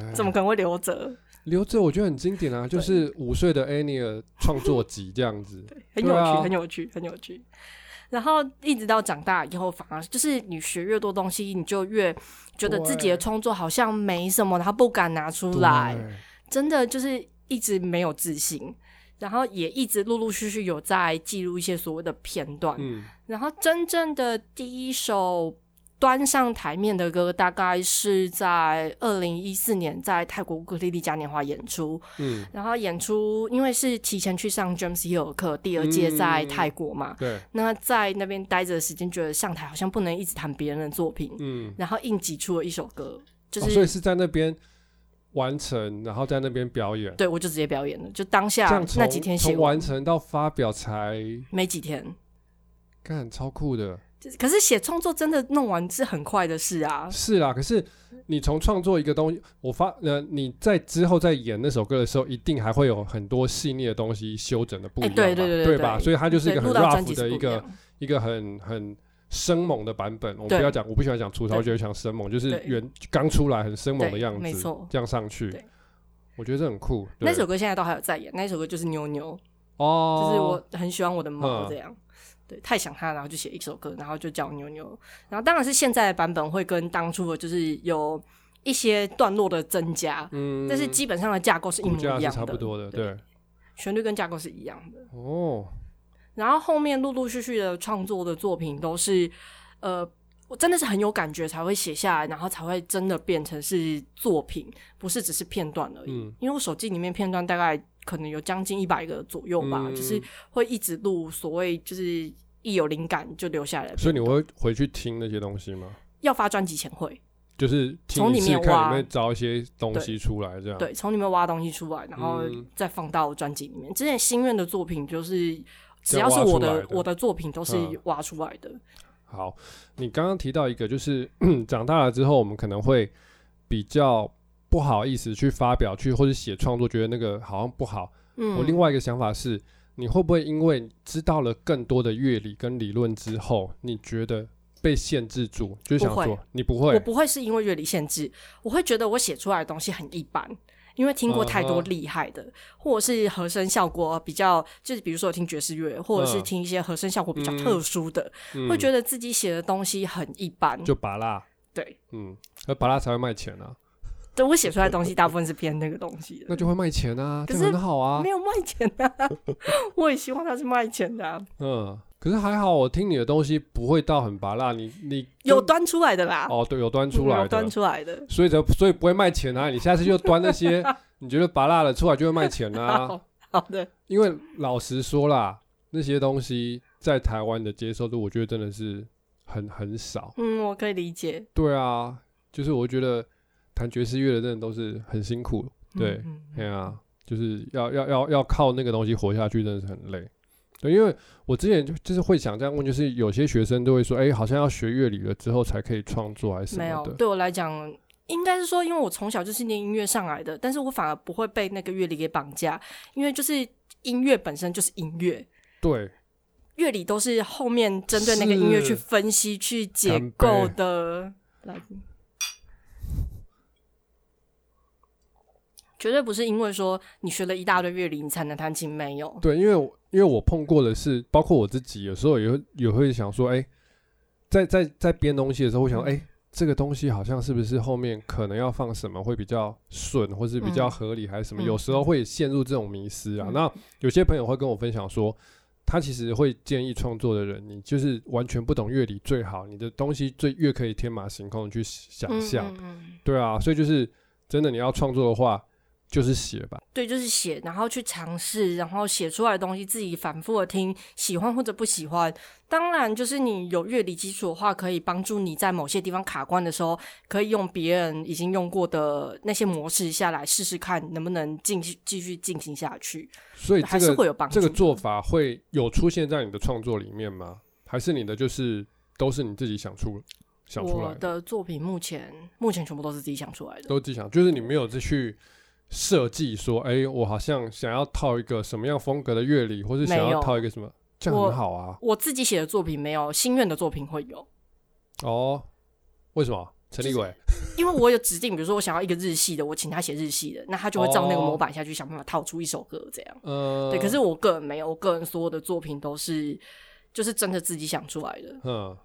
Speaker 1: 哎
Speaker 2: 怎么可能会留着？
Speaker 1: 留着我觉得很经典啊，就是五岁的 Annie 的创作集这样子。
Speaker 2: 很有
Speaker 1: 对
Speaker 2: 趣，
Speaker 1: 啊
Speaker 2: 很有趣，很有趣。然后一直到长大以后，反而就是你学越多东西，你就越觉得自己的
Speaker 1: 对
Speaker 2: 创作好像没什么，然后不敢拿出来。
Speaker 1: 对
Speaker 2: 真的就是一直没有自信，然后也一直陆陆续续有在记录一些所谓的片段，
Speaker 1: 嗯，
Speaker 2: 然后真正的第一首端上台面的歌，大概是在二零一四年在泰国乌克丽丽嘉年华演出，
Speaker 1: 嗯，
Speaker 2: 然后演出因为是提前去上 James Hill 的课，第二届在
Speaker 1: 嗯
Speaker 2: 泰国嘛，
Speaker 1: 对，
Speaker 2: 那在那边待着的时间，觉得上台好像不能一直弹别人的作品，
Speaker 1: 嗯，
Speaker 2: 然后硬挤出了一首歌，就
Speaker 1: 哦所以
Speaker 2: 是。
Speaker 1: 是在那边完成，然后在那边表演，
Speaker 2: 对，我就直接表演了，就当
Speaker 1: 这
Speaker 2: 下
Speaker 1: 样从
Speaker 2: 那几天写
Speaker 1: 从完成到发表才
Speaker 2: 没几天。
Speaker 1: 干，超酷的。
Speaker 2: 就是可是写创作真的弄完是很快的事啊，
Speaker 1: 是啦，可是你从创作一个东西，我发呃，你在之后在演那首歌的时候，一定还会有很多细腻的东西修整的不一
Speaker 2: 哎
Speaker 1: 样嘛、
Speaker 2: 对对对对
Speaker 1: 吧？
Speaker 2: 对
Speaker 1: 所以它就是一
Speaker 2: 对，
Speaker 1: 个很
Speaker 2: 录到专
Speaker 1: rough
Speaker 2: 辑是
Speaker 1: 的
Speaker 2: 不
Speaker 1: 一
Speaker 2: 一
Speaker 1: 个
Speaker 2: 样。
Speaker 1: 一个很很生猛的版本。我们
Speaker 2: 对
Speaker 1: 不要讲，我不喜欢讲粗糙，
Speaker 2: 对
Speaker 1: 我觉得讲生猛，就是
Speaker 2: 对
Speaker 1: 原刚出来很生猛的
Speaker 2: 对
Speaker 1: 样子，
Speaker 2: 没错
Speaker 1: 这样上去
Speaker 2: 对，
Speaker 1: 我觉得这很酷。对
Speaker 2: 那首歌现在都还有在演，那首歌就是妞妞，
Speaker 1: 哦，
Speaker 2: 就是我很喜欢我的猫
Speaker 1: 嗯
Speaker 2: 这样。对，太想它，然后就写一首歌，然后就叫妞妞。然后当然是现在的版本会跟当初的，就是有一些段落的增加，
Speaker 1: 嗯，
Speaker 2: 但是基本上的架构是一
Speaker 1: 骨
Speaker 2: 模一
Speaker 1: 架
Speaker 2: 样
Speaker 1: 是
Speaker 2: 的，
Speaker 1: 差不多的，
Speaker 2: 对
Speaker 1: 对，
Speaker 2: 旋律跟架构是一样的。
Speaker 1: 哦，
Speaker 2: 然后后面陆陆续续的创作的作品都是，呃，我真的是很有感觉才会写下来，然后才会真的变成是作品，不是只是片段而已。
Speaker 1: 嗯
Speaker 2: 因为我手机里面片段大概可能有将近一百个左右吧，
Speaker 1: 嗯
Speaker 2: 就是会一直录，所谓就是一有灵感就留下来。
Speaker 1: 所以你会回去听那些东西吗？
Speaker 2: 要发专辑前会，
Speaker 1: 就是听
Speaker 2: 从
Speaker 1: 一
Speaker 2: 里
Speaker 1: 次
Speaker 2: 面
Speaker 1: 看
Speaker 2: 挖
Speaker 1: 里面找一些东西出来，这样。
Speaker 2: 对，从里面挖东西出来，然后
Speaker 1: 嗯
Speaker 2: 再放到专辑里面。之前心愿的作品就是。只
Speaker 1: 这样
Speaker 2: 要是
Speaker 1: 挖出
Speaker 2: 我
Speaker 1: 来
Speaker 2: 的
Speaker 1: 的
Speaker 2: 我的作品都是
Speaker 1: 嗯
Speaker 2: 挖出来的，
Speaker 1: 好，你刚刚提到一个，就是 长大了之后，我们可能会比较不好意思去发表去或者写创作，觉得那个好像不好。
Speaker 2: 嗯，
Speaker 1: 哦我另外一个想法是，你会不会因为知道了更多的乐理跟理论之后，你觉得被限制住，就是想
Speaker 2: 不会
Speaker 1: 说你不
Speaker 2: 我
Speaker 1: 会，
Speaker 2: 不会是因为乐理限制，我会觉得我写出来的东西很一般，因为听过太多
Speaker 1: 嗯哼
Speaker 2: 厉害的或者是和声效果比较，就是比如说我听爵士乐，或者是
Speaker 1: 嗯
Speaker 2: 听一些和声效果比较
Speaker 1: 嗯
Speaker 2: 特殊的，
Speaker 1: 嗯
Speaker 2: 会觉得自己写的东西很一般。
Speaker 1: 就拔蜡，
Speaker 2: 对，
Speaker 1: 嗯，而拔蜡才会卖钱啊，
Speaker 2: 对我写出来的东西大部分是偏那个东西的，
Speaker 1: 那就会卖钱啊，
Speaker 2: 可
Speaker 1: 这
Speaker 2: 是
Speaker 1: 很好啊
Speaker 2: 没，有卖钱的、啊。 我也希望它是卖钱的、啊，
Speaker 1: 嗯。可是还好，我听你的东西不会到很拔蜡，你你
Speaker 2: 有端出来的啦，
Speaker 1: 哦，对，有端出来
Speaker 2: 有端
Speaker 1: 的，
Speaker 2: 出来的。
Speaker 1: 所以才所以不会卖钱啊！你下次就端那些你觉得拔辣的出来就会卖钱啦、
Speaker 2: 好好的，
Speaker 1: 因为老实说啦，那些东西在台湾的接受度，我觉得真的是很很少。
Speaker 2: 嗯，我可以理解。
Speaker 1: 对啊，就是我觉得弹爵士乐的真的都是很辛苦，对
Speaker 2: 嗯，嗯
Speaker 1: 对啊，就是要要要要靠那个东西活下去，真的是很累。对，因为我之前就就是会想这样问，就是有些学生都会说，哎、好像要学乐理了之后才可以创作，还是什
Speaker 2: 没
Speaker 1: 么
Speaker 2: 有，
Speaker 1: 的。
Speaker 2: 对我来讲，应该是说，因为我从小就是念音乐上来的，但是我反而不会被那个乐理给绑架，因为就是音乐本身就是音乐，
Speaker 1: 对，
Speaker 2: 乐理都是后面针对那个音乐去
Speaker 1: 是
Speaker 2: 分析、去解
Speaker 1: 干杯
Speaker 2: 构的来宾，绝对不是因为说你学了一大堆乐理你才能弹琴，没有。
Speaker 1: 对，因为我因为我碰过的是，包括我自己，有时候也会也会想说，哎、在在在编东西的时候，我想，哎、这个东西好像是不是后面可能要放什么会比较顺，或是比较
Speaker 2: 嗯
Speaker 1: 合理，还是什么？
Speaker 2: 嗯
Speaker 1: 有时候会陷入这种迷失啊。
Speaker 2: 嗯
Speaker 1: 那有些朋友会跟我分享说，他其实会建议创作的人，你就是完全不懂乐理最好，你的东西最越可以天马行空地去想
Speaker 2: 嗯
Speaker 1: 象。
Speaker 2: 嗯嗯
Speaker 1: 对啊，所以就是真的你要创作的话，就是写吧。
Speaker 2: 对，就是写，然后去尝试，然后写出来的东西自己反复的听，喜欢或者不喜欢。当然，就是你有乐理基础的话，可以帮助你在某些地方卡关的时候，可以用别人已经用过的那些模式下来试试看，能不能进去继续进行下去，
Speaker 1: 所以
Speaker 2: 还
Speaker 1: 这
Speaker 2: 是
Speaker 1: 个
Speaker 2: 会有帮助
Speaker 1: 这
Speaker 2: 啊的。
Speaker 1: 个做法会有出现在你的创作里面吗？还是你的就是都是你自己想出想出
Speaker 2: 我
Speaker 1: 来的，
Speaker 2: 的作品目前目前全部都是自己想出来的。
Speaker 1: 都自己想，就是你没有再去设计说，哎、我好像想要套一个什么样风格的乐理，或是想
Speaker 2: 没
Speaker 1: 要
Speaker 2: 有
Speaker 1: 套一个什么，这样
Speaker 2: 我
Speaker 1: 很好啊。
Speaker 2: 我自己写的作品没有，心愿的作品会有。
Speaker 1: 哦，为什么？陈立伟，
Speaker 2: 因为我有指定，比如说我想要一个日系的，我请他写日系的，那他就会照那个
Speaker 1: 哦
Speaker 2: 模板下去想办法套出一首歌这样。
Speaker 1: 呃，
Speaker 2: 对，可是，我个人没有，我个人所有的作品都是就是真的自己想出来的，
Speaker 1: 嗯，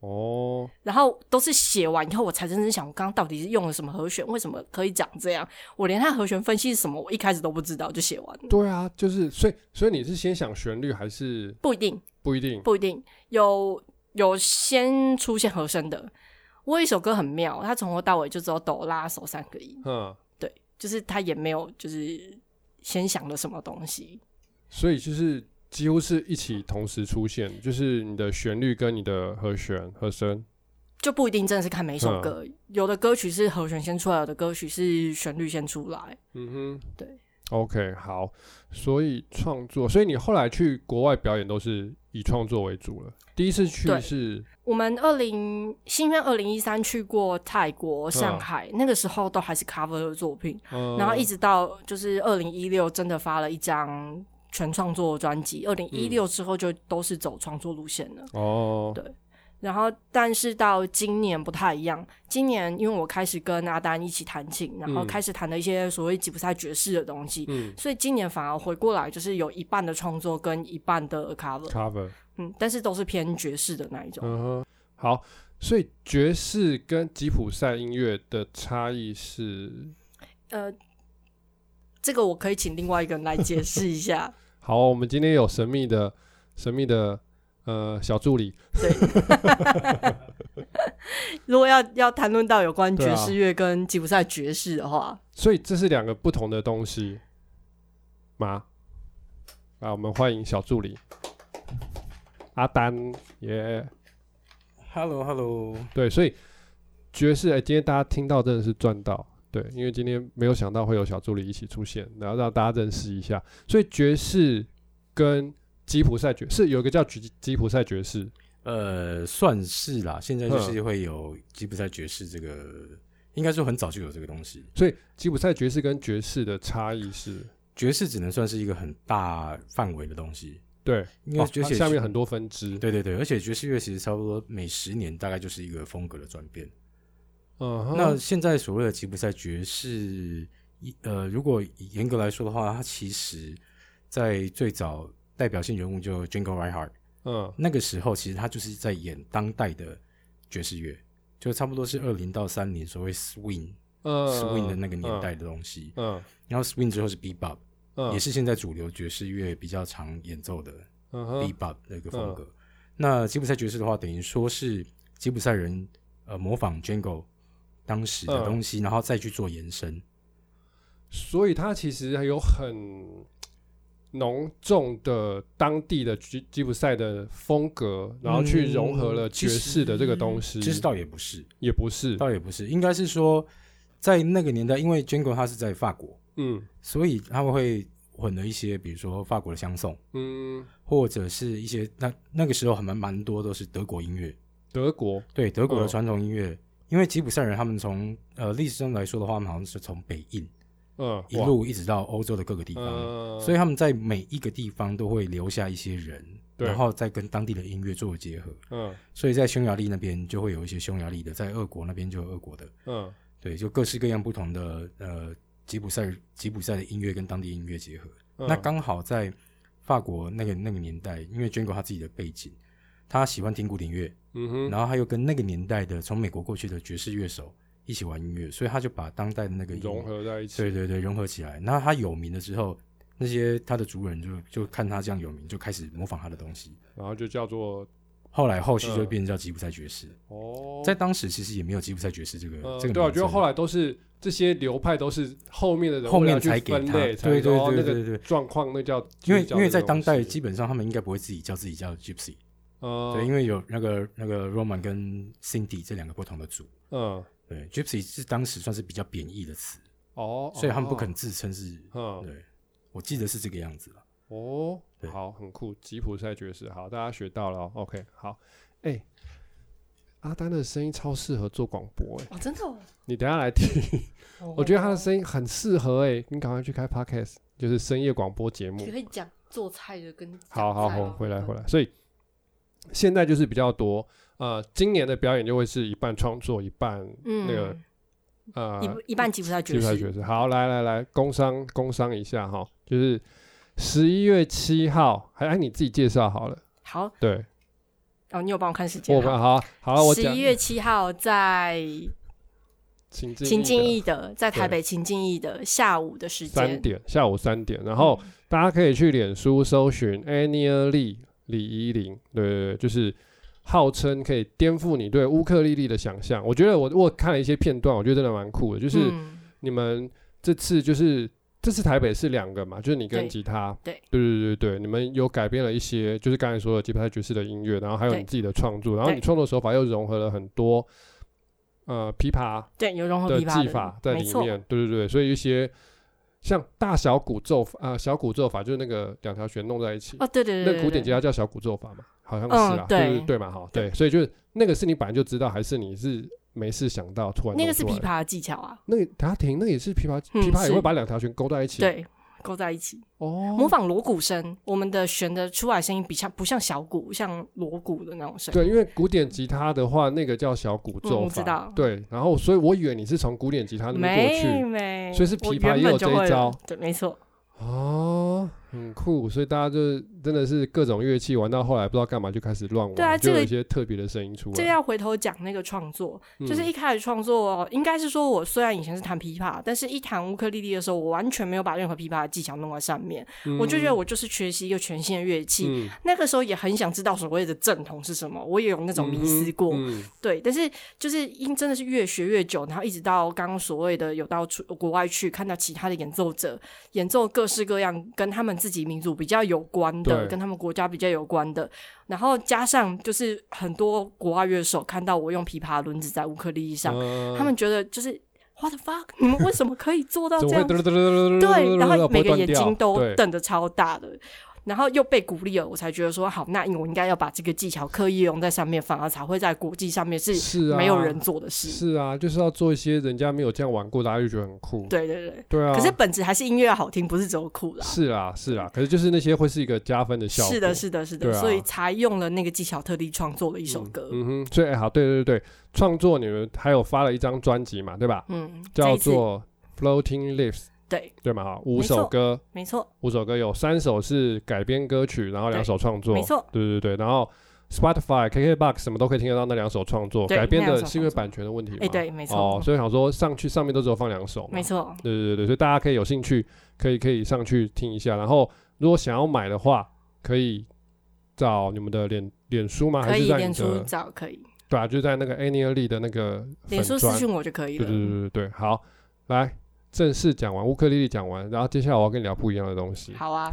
Speaker 1: 哦，
Speaker 2: 然后都是写完以后我才认真想，我刚刚到底是用了什么和弦，为什么可以长这样？我连它和弦分析是什么，我一开始都不知道就写完了，
Speaker 1: 对啊，就是，所以，所以你是先想旋律，还是
Speaker 2: 不一定，
Speaker 1: 不一定？
Speaker 2: 不一定有有先出现和声的。我有一首歌很妙，它从头到尾就只有哆拉手三个音，
Speaker 1: 嗯，
Speaker 2: 对，就是它也没有就是先想了什么东西，
Speaker 1: 所以就是几乎是一起同时出现，就是你的旋律跟你的和弦和声。
Speaker 2: 就不一定真的是看每一首歌，有的歌曲是和弦先出来，有的歌曲是旋律先出来。
Speaker 1: 嗯哼，
Speaker 2: 对。
Speaker 1: OK，好，所以创作，所以你后来去国外表演都是以创作为主了。第一次去
Speaker 2: 对
Speaker 1: 是
Speaker 2: 我们二零新愿二零一三去过泰
Speaker 1: 嗯
Speaker 2: 国、上海，那个时候都还是 cover 的作品，
Speaker 1: 呃，
Speaker 2: 然后一直到就是二零一六真的发了一张全创作专辑，二零一
Speaker 1: 嗯
Speaker 2: 六之后就都是走创作路线了。
Speaker 1: 哦，
Speaker 2: 对然后，但是到今年不太一样。今年因为我开始跟阿丹一起弹琴，然后
Speaker 1: 嗯
Speaker 2: 开始弹了一些所谓吉普赛爵士的东西，
Speaker 1: 嗯
Speaker 2: 所以今年反而回过来，就是有一半的创作跟一半的 cover，
Speaker 1: ，cover，
Speaker 2: 嗯，但是都是偏爵士的那一种。
Speaker 1: 嗯哼，好，所以爵士跟吉普赛音乐的差异是，
Speaker 2: 呃，这个我可以请另外一个人来解释一下。
Speaker 1: 好，我们今天有神秘的神秘的呃小助理，
Speaker 2: 如果要要谈论到有关
Speaker 1: 对
Speaker 2: 爵
Speaker 1: 啊
Speaker 2: 士乐跟吉普赛爵士的话，
Speaker 1: 所以这是两个不同的东西吗？啊，我们欢迎小助理阿丹耶。
Speaker 3: Hello Hello，
Speaker 1: 对，所以爵士，哎、今天大家听到真的是赚到。对，因为今天没有想到会有小助理一起出现，然后让大家认识一下。所以爵士跟吉普赛爵士有一个叫吉吉普赛爵士，
Speaker 3: 呃，算是啦，现在就是会有吉普赛爵士这个，应该说很早就有这个东西。
Speaker 1: 所以吉普赛爵士跟爵士的差异是，
Speaker 3: 爵士只能算是一个很大范围的东西，
Speaker 1: 对，
Speaker 3: 因为
Speaker 1: 哦
Speaker 3: 爵
Speaker 1: 它
Speaker 3: 士、
Speaker 1: 下面很多分支，
Speaker 3: 对对对，而且爵士乐其实差不多每十年大概就是一个风格的转变。
Speaker 1: 嗯哼，
Speaker 3: 那现在所谓的吉普赛爵士，一呃，如果严格来说的话，它其实在最早代表性人物就 Django Reinhardt，
Speaker 1: 嗯
Speaker 3: 那个时候其实他就是在演当代的爵士乐，就差不多是二零到三零所谓 swing、
Speaker 1: 嗯
Speaker 3: swing 的那个年代，的东西。
Speaker 1: 嗯
Speaker 3: 然后 swing 之后是 bebop，、
Speaker 1: 嗯，
Speaker 3: 也是现在主流爵士乐比较常演奏的
Speaker 1: 嗯哼
Speaker 3: bebop 的一个风格。那吉普赛爵士的话，等于说是吉普赛人呃模仿 Django 当时
Speaker 1: 嗯
Speaker 3: 的东西，然后再去做延伸。
Speaker 1: 所以它其实还有很浓重的当地的吉吉普赛的风格，然后去融合了爵士的这个东西，
Speaker 3: 嗯其实倒也不是，
Speaker 1: 也不是，
Speaker 3: 倒也不是，应该是说在那个年代，因为 Django 他是在法国，
Speaker 1: 嗯
Speaker 3: 所以他们会混了一些，比如说法国的相送，
Speaker 1: 嗯，
Speaker 3: 或者是一些那那个时候还蛮蛮多都是德国音乐，
Speaker 1: 德国，
Speaker 3: 对德国的
Speaker 1: 嗯
Speaker 3: 传统音乐，因为吉普赛人他们从呃历史上来说的话，他们好像是从北印
Speaker 1: 嗯，
Speaker 3: 一
Speaker 1: 哇
Speaker 3: 路一直到欧洲的各个地方，
Speaker 1: 嗯
Speaker 3: 所以他们在每一个地方都会留下一些人，
Speaker 1: 对
Speaker 3: 然后再跟当地的音乐做结合。
Speaker 1: 嗯
Speaker 3: 所以在匈牙利那边就会有一些匈牙利的，在俄国那边就有俄国的，
Speaker 1: 嗯
Speaker 3: 对，就各式各样不同的呃吉普赛吉普赛的音乐跟当地音乐结合。
Speaker 1: 嗯，
Speaker 3: 那刚好在法国那个那个年代，因为 j a n g o 他自己的背景，他喜欢听古典乐，
Speaker 1: 嗯哼，
Speaker 3: 然后他又跟那个年代的从美国过去的爵士乐手一起玩音乐，所以他就把当代的那个音乐
Speaker 1: 融，合在一起，
Speaker 3: 对对对，融合起来。那他有名了之后，那些他的族人就就看他这样有名，就开始模仿他的东西。
Speaker 1: 然后就叫做
Speaker 3: 后来后续就
Speaker 1: 嗯
Speaker 3: 变成叫吉普赛爵士，
Speaker 1: 哦，
Speaker 3: 在当时其实也没有吉普赛爵士这个、
Speaker 1: 呃
Speaker 3: 这个名字。
Speaker 1: 对啊，我觉得后
Speaker 3: 来
Speaker 1: 来都是这些流派都是后面的人
Speaker 3: 后面
Speaker 1: 为了去
Speaker 3: 才给
Speaker 1: 分
Speaker 3: 他
Speaker 1: 类，才
Speaker 3: 对对
Speaker 1: 说
Speaker 3: 对
Speaker 1: 那
Speaker 3: 对
Speaker 1: 个
Speaker 3: 对对
Speaker 1: 状况那叫，
Speaker 3: 因为
Speaker 1: 就叫
Speaker 3: 因为
Speaker 1: 那
Speaker 3: 在
Speaker 1: 种
Speaker 3: 当代
Speaker 1: 是
Speaker 3: 基本上他们应该不会自己叫自己叫 Gypsy，、
Speaker 1: 呃
Speaker 3: 对，因为有那个那个 Roman 跟 Cindy 这两个不同的组。
Speaker 1: 嗯
Speaker 3: 对，Gypsy 是当时算是比较贬义的词，
Speaker 1: 哦，
Speaker 3: 所以他们不
Speaker 1: 哦
Speaker 3: 肯自称是。
Speaker 1: 嗯
Speaker 3: 对，我记得是这个样子了。
Speaker 1: 哦，
Speaker 3: 对
Speaker 1: 好，很酷，吉普赛爵士，好，大家学到了哦，OK，好，哎、阿丹的声音超适合做广播哎、
Speaker 2: 哦，真的哦，
Speaker 1: 你等一下来听，我觉得他的
Speaker 2: 音
Speaker 1: 声音很适合哎、你赶快去开 podcast，就是深夜广播节目，
Speaker 2: 可以讲做菜啊的跟
Speaker 1: 好好好，
Speaker 2: 好
Speaker 1: 回来回来。所以现在就是比较多，呃，今年的表演就会是一半创作，一半
Speaker 2: 嗯，
Speaker 1: 那个呃
Speaker 2: 一一半吉普赛
Speaker 1: 技
Speaker 2: 爵
Speaker 1: 术
Speaker 2: 士，
Speaker 1: 学士。好，来来来，工商工商一下哈，就是十一月七号，还哎你自己介绍好了。
Speaker 2: 好，
Speaker 1: 对，
Speaker 2: 哦，你有帮我看时间
Speaker 1: 我们
Speaker 2: 哈，
Speaker 1: 好好了，我
Speaker 2: 十
Speaker 1: 讲
Speaker 2: 一月七号在
Speaker 1: 情境
Speaker 2: 情境
Speaker 1: 一
Speaker 2: 艺的，在台北情境艺的下午的时
Speaker 1: 三
Speaker 2: 间，嗯
Speaker 1: 点，下午三点，然后大家可以去脸书搜寻 Annie Lee 李依林，对对对，就是号称可以颠覆你对乌克丽丽的想象。我觉得我我看了一些片段，我觉得真的蛮酷的。就是
Speaker 2: 嗯
Speaker 1: 你们这次就是这次台北是两个嘛，就是你跟
Speaker 2: 对
Speaker 1: 吉他，
Speaker 2: 对
Speaker 1: 对对对对，你们有改编了一些，就是刚才说的吉他爵士的音乐，然后还有
Speaker 2: 对
Speaker 1: 你自己的创作，然后你
Speaker 2: 对
Speaker 1: 创作手法又融合了很多呃琵琶，
Speaker 2: 对，有融合
Speaker 1: 的
Speaker 2: 琵琶
Speaker 1: 技法在
Speaker 2: 没
Speaker 1: 里
Speaker 2: 错，
Speaker 1: 面，对对对，所以一些像大小鼓奏法啊、小鼓奏法就是那个两条弦弄在一起，
Speaker 2: 哦，对对对，
Speaker 1: 那古典吉
Speaker 2: 他
Speaker 1: 他叫小鼓奏法嘛，好像
Speaker 2: 嗯
Speaker 1: 是啊，
Speaker 2: 对
Speaker 1: 对对嘛，哈，对，所以就是那个是你本来就知道，还是你是没事想到突然
Speaker 2: 那个
Speaker 1: 弄
Speaker 2: 是
Speaker 1: 出
Speaker 2: 琵
Speaker 1: 来，
Speaker 2: 琶的技巧啊，
Speaker 1: 那个他停，那个也是琵琶，
Speaker 2: 嗯
Speaker 1: 琵琶也
Speaker 2: 是
Speaker 1: 会把两条弦勾在一起，，
Speaker 2: 对，勾在一起，模
Speaker 1: 哦，
Speaker 2: 仿锣鼓声，我们的弦的出来声音比像不像小鼓，像锣鼓的那种声音，
Speaker 1: 对，因为古典吉他的话，那个叫小鼓
Speaker 2: 嗯
Speaker 1: 奏
Speaker 2: 我知
Speaker 1: 法
Speaker 2: 道，
Speaker 1: 对，然后所以我以为你是从古典吉他那边过去，
Speaker 2: 没没，
Speaker 1: 所以是
Speaker 2: 我
Speaker 1: 琵琶
Speaker 2: 原
Speaker 1: 也有
Speaker 2: 本就
Speaker 1: 这一
Speaker 2: 会了
Speaker 1: 招，
Speaker 2: 对，没错，
Speaker 1: 哦，很酷，所以大家就是真的是各种乐器玩到后来不知道干嘛就开始乱玩，
Speaker 2: 对啊
Speaker 1: 就有
Speaker 2: 这个
Speaker 1: 一些特别的声音出来。
Speaker 2: 这要回头讲那个创作，
Speaker 1: 嗯
Speaker 2: 就是一开始创作，应该是说我虽然以前是弹琵琶，但是一弹乌克丽丽的时候，我完全没有把任何琵琶的技巧弄在上面，
Speaker 1: 嗯
Speaker 2: 我就觉得我就是缺席一个全新的乐器。
Speaker 1: 嗯
Speaker 2: 那个时候也很想知道所谓的正统是什么，我也有那种迷思过，
Speaker 1: 嗯
Speaker 2: 对，但是就是因真的是越学越久，然后一直到刚刚所谓的有到出国外去看到其他的演奏者演奏各式各样跟他们自己民族比较有关的，
Speaker 1: 对
Speaker 2: 跟他们国家比较有关的，然后加上就是很多国外乐手看到我用琵琶轮子在乌克丽丽上，
Speaker 1: 嗯
Speaker 2: 他们觉得就是 what the fuck，你们为什么可以做到
Speaker 1: 啊怎
Speaker 2: 这
Speaker 1: 么
Speaker 2: 样
Speaker 1: 会
Speaker 2: 子？
Speaker 1: 嘚嘚嘚嘚嘚嘚嘚
Speaker 2: 对，
Speaker 1: 嘚
Speaker 2: 然后
Speaker 1: 嘚不会
Speaker 2: 每个
Speaker 1: 断
Speaker 2: 眼
Speaker 1: 掉
Speaker 2: 睛都
Speaker 1: 对
Speaker 2: 瞪得超大的，然后又被鼓励了，我才觉得说好，那我应该要把这个技巧刻意用在上面，反而才会在国际上面是
Speaker 1: 是啊，
Speaker 2: 没有人做的事。
Speaker 1: 是啊，就是要做一些人家没有这样玩过，大家就觉得很酷。
Speaker 2: 对对对，
Speaker 1: 对啊，
Speaker 2: 可是本质还是音乐要好听，不是只有酷啦。
Speaker 1: 是啦是啦，可是就是那些会是一个加分的效果。
Speaker 2: 是的，是的，是的，
Speaker 1: 对啊
Speaker 2: 所以才用了那个技巧，特地创作了一首歌。
Speaker 1: 嗯哼，所以、哎好，对对对，创作你们还有发了一张专辑嘛，对吧？
Speaker 2: 嗯，这
Speaker 1: 叫
Speaker 2: 一次
Speaker 1: 做 Floating Leaves，
Speaker 2: 对，
Speaker 1: 对嘛哈，五
Speaker 2: 没
Speaker 1: 首
Speaker 2: 错
Speaker 1: 歌。
Speaker 2: 没错，
Speaker 1: 五首歌有三首是改编歌曲，然后两首创作，
Speaker 2: 没错，
Speaker 1: 对对对，然后 Spotify、KKBox 什么都可以听得到那两首创作，
Speaker 2: 对
Speaker 1: 改编
Speaker 2: 那两
Speaker 1: 的
Speaker 2: 首
Speaker 1: 是因为
Speaker 2: 创作
Speaker 1: 版权的问题嘛，
Speaker 2: 哎，对，没
Speaker 1: 哦
Speaker 2: 错，，
Speaker 1: 所以想说上去上面都只有放两首嘛，
Speaker 2: 没错，
Speaker 1: 对对对对，所以大家可以有兴趣，可以可以上去听一下，然后如果想要买的话，可以找你们的脸脸书吗？
Speaker 2: 可
Speaker 1: 还是
Speaker 2: 以
Speaker 1: 在
Speaker 2: 脸
Speaker 1: 你
Speaker 2: 书
Speaker 1: 的
Speaker 2: 找，可以
Speaker 1: 对啊，就在那个 Annie Lee 的那个
Speaker 2: 脸书
Speaker 1: 粉
Speaker 2: 私
Speaker 1: 专
Speaker 2: 讯我就可以
Speaker 1: 对对对
Speaker 2: 了。
Speaker 1: 对对，好，来正式讲完乌克丽丽讲完，然后接下来我要跟你聊不一样的东西。
Speaker 2: 好啊，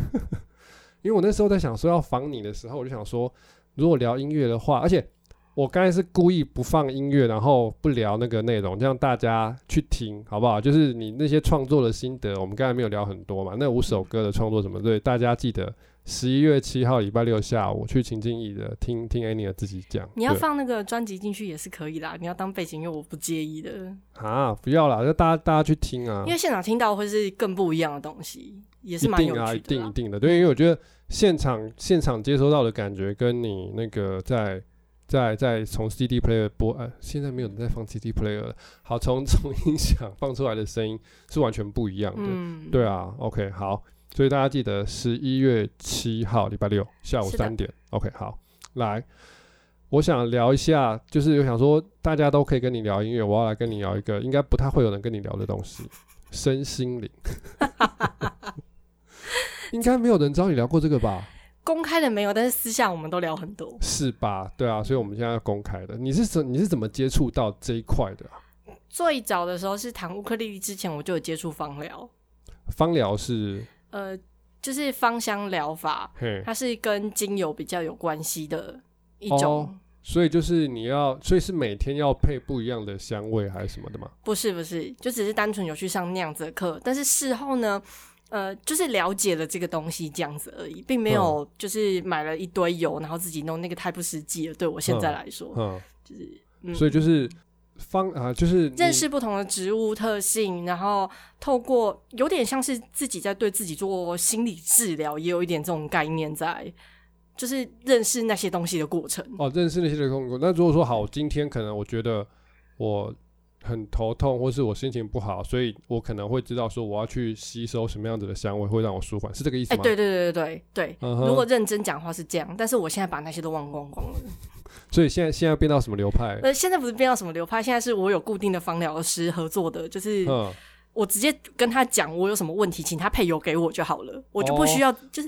Speaker 1: 因为我那时候在想说要访你的时候，我就想说，如果聊音乐的话，而且我刚才是故意不放音乐，然后不聊那个内容，这样大家去听好不好？就是你那些创作的心得，我们刚才没有聊很多嘛。那五首歌的创作什么，对大家记得十一月七号礼拜六下午去情境艺的听听 Annie 的自己讲。
Speaker 2: 你要
Speaker 1: 对
Speaker 2: 放那个专辑进去也是可以啦，你要当背景音乐我不介意的，
Speaker 1: 啊？不要啦，那大家大家去听啊
Speaker 2: 因，为现场听到会是更不一样的东西，也
Speaker 1: 一
Speaker 2: 是蛮有
Speaker 1: 定啊，一
Speaker 2: 趣的
Speaker 1: 定一
Speaker 2: 啦。
Speaker 1: 定的。对，因为我觉得现场现场接收到的感觉，跟你那个在在在从 CD player 播，呃，现在没有人在放 CD player 了，好，从 从音响放出来的声音是完全不一样的。
Speaker 2: 嗯，
Speaker 1: 对啊，OK，好，所以大家记得十一月七号礼拜六下午
Speaker 2: 是的
Speaker 1: 三点，OK，好，来，我想聊一下，就是我想说大家都可以跟你聊音乐，我要来跟你聊一个应该不太会有人跟你聊的东西——身心灵。 应该没有人找你聊过这个吧？
Speaker 2: 公开的没有，但是私下我们都聊很多。
Speaker 1: 是吧？对啊，所以我们现在要公开的。你是怎你是怎么接触到这一块的啊、
Speaker 2: 最早的时候是弹乌克丽丽之前，我就有接触芳疗，
Speaker 1: 芳疗是
Speaker 2: 呃，就是芳香疗法，
Speaker 1: 嘿，
Speaker 2: 它是跟精油比较有关系的一种，
Speaker 1: 哦所以就是你要，所以是每天要配不一样的香味还是什么的吗？
Speaker 2: 不是不是，就只是单纯有去上那样子的课，但是事后呢，呃，就是了解了这个东西这样子而已，并
Speaker 1: 嗯
Speaker 2: 没有就是买了一堆油，然后自己弄那个太不实际了。对我现在来说，
Speaker 1: 嗯，
Speaker 2: 就是嗯，
Speaker 1: 所以就是方啊，就是你
Speaker 2: 认识不同的植物特性，然后透过有点像是自己在对自己做心理治疗，也有一点这种概念在，就是认识那些东西的过程。
Speaker 1: 哦，认识那些的痛苦。那如果说
Speaker 2: 嗯
Speaker 1: 好，今天可能我觉得我很头痛，或是我心情不好，所以我可能会知道说我要去吸收什么样子的香味会让我舒缓，是这个意思
Speaker 2: 哎、
Speaker 1: 吗？
Speaker 2: 对对对对对对，
Speaker 1: 嗯哼
Speaker 2: 如果认真讲话是这样，但是我现在把那些都忘光光了。
Speaker 1: 所以现在现在变到什么流派？
Speaker 2: 呃，现在不是变到什么流派，现在是我有固定的芳疗师合作的，就是
Speaker 1: 嗯，
Speaker 2: 我直接跟他讲我有什么问题，请他配油给我就好了，我就不
Speaker 1: 哦
Speaker 2: 需要，就是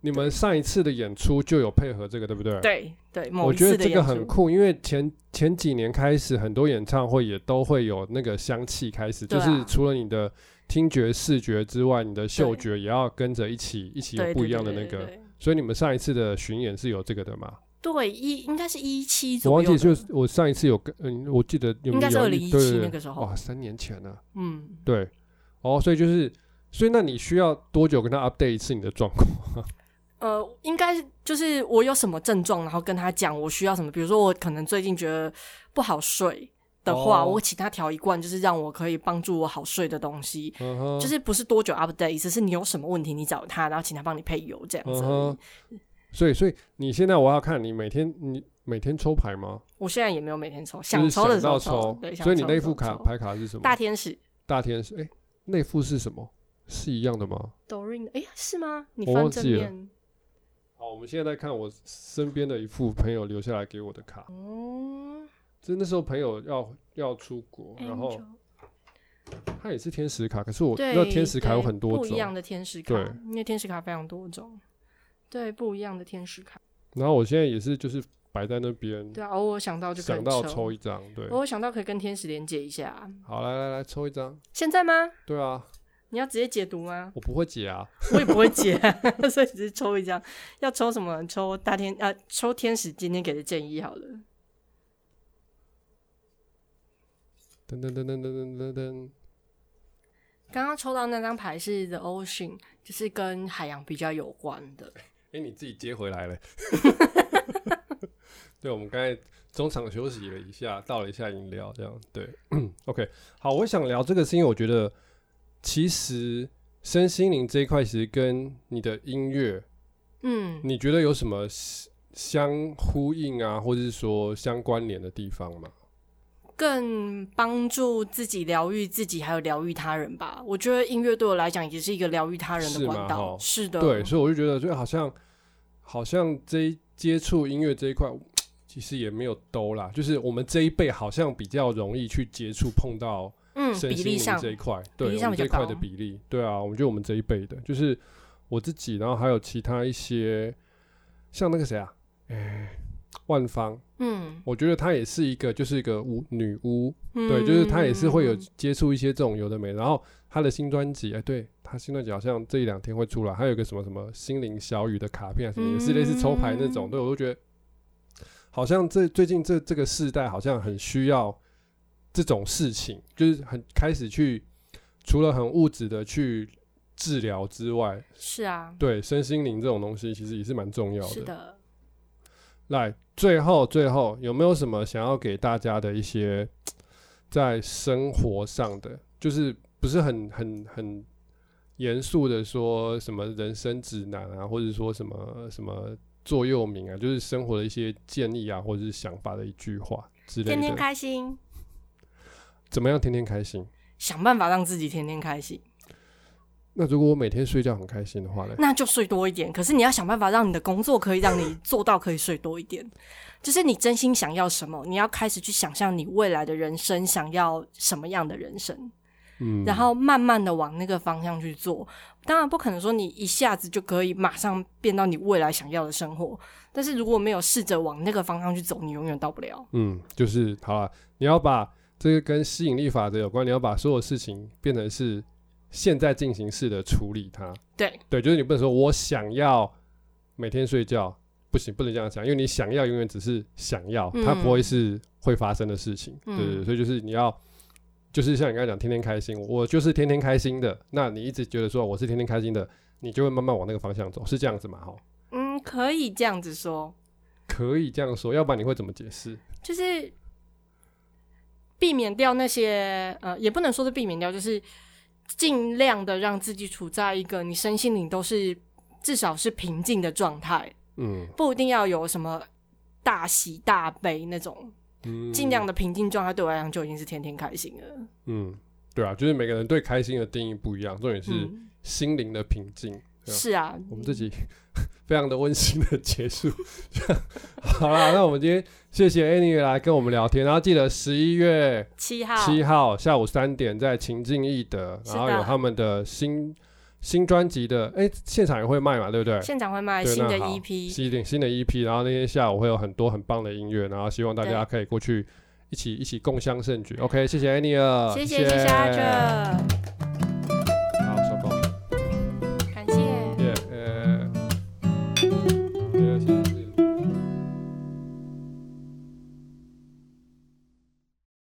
Speaker 1: 你们上一次的演出就有配合这个，对不对？。
Speaker 2: 对对，某
Speaker 1: 我
Speaker 2: 一
Speaker 1: 觉
Speaker 2: 次
Speaker 1: 得
Speaker 2: 的
Speaker 1: 这
Speaker 2: 演
Speaker 1: 个很
Speaker 2: 出，
Speaker 1: 酷，因为前前几年开始，很多演唱会也都会有那个香气开始，
Speaker 2: 对
Speaker 1: 就
Speaker 2: 啊
Speaker 1: 是除了你的听觉、视觉之外，你的嗅
Speaker 2: 对
Speaker 1: 觉也要跟着一起一起有
Speaker 2: 对
Speaker 1: 不
Speaker 2: 对
Speaker 1: 一样的
Speaker 2: 对
Speaker 1: 那
Speaker 2: 对
Speaker 1: 个
Speaker 2: 对。对
Speaker 1: 所以你们上一次的巡演是有这个的吗？
Speaker 2: 对一应该是一七
Speaker 1: 我
Speaker 2: 左
Speaker 1: 忘
Speaker 2: 右
Speaker 1: 记，
Speaker 2: 的，
Speaker 1: 就是我上一次有跟，嗯，我记得有
Speaker 2: 应
Speaker 1: 没
Speaker 2: 该
Speaker 1: 有
Speaker 2: 是
Speaker 1: 一
Speaker 2: 2017
Speaker 1: 对对对
Speaker 2: 那个时候
Speaker 1: 哇，三年前呢、
Speaker 2: 嗯，
Speaker 1: 对，哦，所以就是，所以那你需要多久跟他 update 一次你的状况？
Speaker 2: 呃，应该是就是我有什么症状，然后跟他讲我需要什么，比如说我可能最近觉得不好睡的话，
Speaker 1: 哦
Speaker 2: 我请他调一罐，就是让我可以帮助我好睡的东西。
Speaker 1: 嗯哼，
Speaker 2: 就是不是多久 update 一次，是你有什么问题你找他，然后请他帮你配油这样子
Speaker 1: 嗯
Speaker 2: 而已。
Speaker 1: 哼，所以所以你现在我要看你每天你每天抽牌吗？
Speaker 2: 我现在也没有每天抽，
Speaker 1: 就是
Speaker 2: 抽的时
Speaker 1: 到
Speaker 2: 候
Speaker 1: 抽
Speaker 2: 对，，想
Speaker 1: 所以你
Speaker 2: 抽的
Speaker 1: 那
Speaker 2: 时候
Speaker 1: 副卡
Speaker 2: 抽
Speaker 1: 牌卡是什么？
Speaker 2: 大天使
Speaker 1: 大天使，哎、那副是什么？是一样的吗？
Speaker 2: Doreen，哎、是吗？你
Speaker 1: 我哦
Speaker 2: 翻
Speaker 1: 忘
Speaker 2: 正
Speaker 1: 记了
Speaker 2: 面
Speaker 1: 好，我们现在在看我身边的一副朋友留下来给我的卡，
Speaker 2: 哦，
Speaker 1: 就那时候朋友要要出国，然后。
Speaker 2: Angel
Speaker 1: 它也是天使卡，可是我
Speaker 2: 对，
Speaker 1: 那天使卡有
Speaker 2: 对
Speaker 1: 很多
Speaker 2: 不一样
Speaker 1: 种。
Speaker 2: 的天使卡
Speaker 1: 对，
Speaker 2: 因为天使卡非常多种，对，不一样的天使卡，
Speaker 1: 然后我现在也是就是摆在那边，
Speaker 2: 对啊，偶尔想到就可以
Speaker 1: 想到抽
Speaker 2: 抽
Speaker 1: 一张，对，
Speaker 2: 偶尔想到可以跟天使连接一下，
Speaker 1: 好来来来抽一张，
Speaker 2: 现在吗？
Speaker 1: 对啊，
Speaker 2: 你要直接解读吗？
Speaker 1: 我不会解啊，
Speaker 2: 我也不会解， 所以只是抽一张。要抽什么？抽大天啊，抽天使今天给的建议好了。
Speaker 1: 噔噔噔噔噔噔噔噔，
Speaker 2: 刚刚抽到那张牌是 The Ocean，就是跟海洋比较有关的。
Speaker 1: 哎，你自己接回来了， 对，我们刚才中场休息了一下，倒了一下饮料，这样对，OK，好，我想聊这个是因为我觉得其实身心灵这一块其实跟你的音乐
Speaker 2: 嗯，
Speaker 1: 你觉得有什么相相呼应啊，或者是说相关联的地方吗？
Speaker 2: 更帮助自己疗愈自己，还有疗愈他人吧。我觉得音乐对我来讲也是一个疗愈他人的
Speaker 1: 是吗
Speaker 2: 管
Speaker 1: 哦
Speaker 2: 道。是的，
Speaker 1: 对，所以我就觉得，就好像好像这一接触音乐这一块，其实也没有兜啦，就是我们这一辈好像比较容易去接触碰到
Speaker 2: 嗯，
Speaker 1: 身
Speaker 2: 比
Speaker 1: 心
Speaker 2: 例
Speaker 1: 灵
Speaker 2: 上
Speaker 1: 这一块，
Speaker 2: 比
Speaker 1: 对，
Speaker 2: 例
Speaker 1: 我
Speaker 2: 上
Speaker 1: 们
Speaker 2: 比
Speaker 1: 这
Speaker 2: 较
Speaker 1: 一块的
Speaker 2: 高
Speaker 1: 比例，对啊，我觉得我们这一辈的，就是我自己，然后还有其他一些，像那个谁啊，哎，万芳，
Speaker 2: 嗯，
Speaker 1: 我觉得她也是一个，就是一个巫女巫，
Speaker 2: 嗯
Speaker 1: 对，就是他也是会有
Speaker 2: 嗯
Speaker 1: 接触一些这种有的没的，然后他的新专辑，哎、对他新专辑好像这一两天会出来，还有一个什么什么心灵小雨的卡片啊什么，也是类似抽牌那种，
Speaker 2: 嗯
Speaker 1: 对我都觉得好像这最近这这个世代好像很需要这种事情，就是很开始去除了很物质的去治疗之外，
Speaker 2: 是啊，
Speaker 1: 对身心灵这种东西其实也是蛮重要
Speaker 2: 是的，
Speaker 1: 来，最后最后有没有什么想要给大家的一些在生活上的，就是不是很很很严肃的说什么人生指南啊，或者说什么什么座右铭啊，就是生活的一些建议啊，或者是想法的一句话之类
Speaker 2: 天天
Speaker 1: 的。
Speaker 2: 开心，
Speaker 1: 怎么样天天开心？
Speaker 2: 想办法让自己天天开心，
Speaker 1: 那如果我每天睡觉很开心的话呢？
Speaker 2: 那就睡多一点。可是你要想办法让你的工作可以让你做到可以睡多一点， 就是你真心想要什么，你要开始去想象你未来的人生想要什么样的人生。
Speaker 1: 嗯，
Speaker 2: 然后慢慢的往那个方向去做。当然不可能说你一下子就可以马上变到你未来想要的生活，但是如果没有试着往那个方向去走，你永远到不了。
Speaker 1: 嗯，就是好了，你要把这个跟吸引力法则有关，你要把所有事情变成是现在进行式的处理它。
Speaker 2: 对，
Speaker 1: 对，就是你不能说我想要每天睡觉，不行，不能这样想，因为你想要永远只是想要，它
Speaker 2: 嗯
Speaker 1: 不会是会发生的事情。对对对，
Speaker 2: 嗯
Speaker 1: 所以就是你要，就是像你刚才讲，天天开心，我就是天天开心的。那你一直觉得说我是天天开心的，你就会慢慢往那个方向走，是这样子嘛？哈，
Speaker 2: 嗯，可以这样子说，
Speaker 1: 可以这样说，要不然你会怎么解释？
Speaker 2: 就是避免掉那些呃，也不能说是避免掉，就是尽量的让自己处在一个你身心灵都是至少是平静的状态，
Speaker 1: 嗯
Speaker 2: 不一定要有什么大喜大悲那种。
Speaker 1: 嗯，
Speaker 2: 尽量的平静状态，对我来讲就已经是天天开心了。
Speaker 1: 嗯，对啊，就是每个人对开心的定义不一样，重点是
Speaker 2: 嗯，
Speaker 1: 心灵的平静。对啊
Speaker 2: 是啊，
Speaker 1: 我们这集 非常的温馨的结束。 好啦，那我们今天谢谢 Annie 来跟我们聊天，然后记得十一月
Speaker 2: 七号，
Speaker 1: 七号下午三点在情境易德，
Speaker 2: 是的
Speaker 1: 然后有他们的新新专辑的，哎、现场也会卖嘛，对不对？
Speaker 2: 现场会卖
Speaker 1: 对
Speaker 2: 新的 E
Speaker 1: 那好
Speaker 2: EP，
Speaker 1: 新的新的 EP，然后那天下午会有很多很棒的音乐，然后希望大家可以过去一起一起共襄盛举。OK，谢谢 Annie，
Speaker 2: 谢谢谢谢阿哲。
Speaker 1: uh,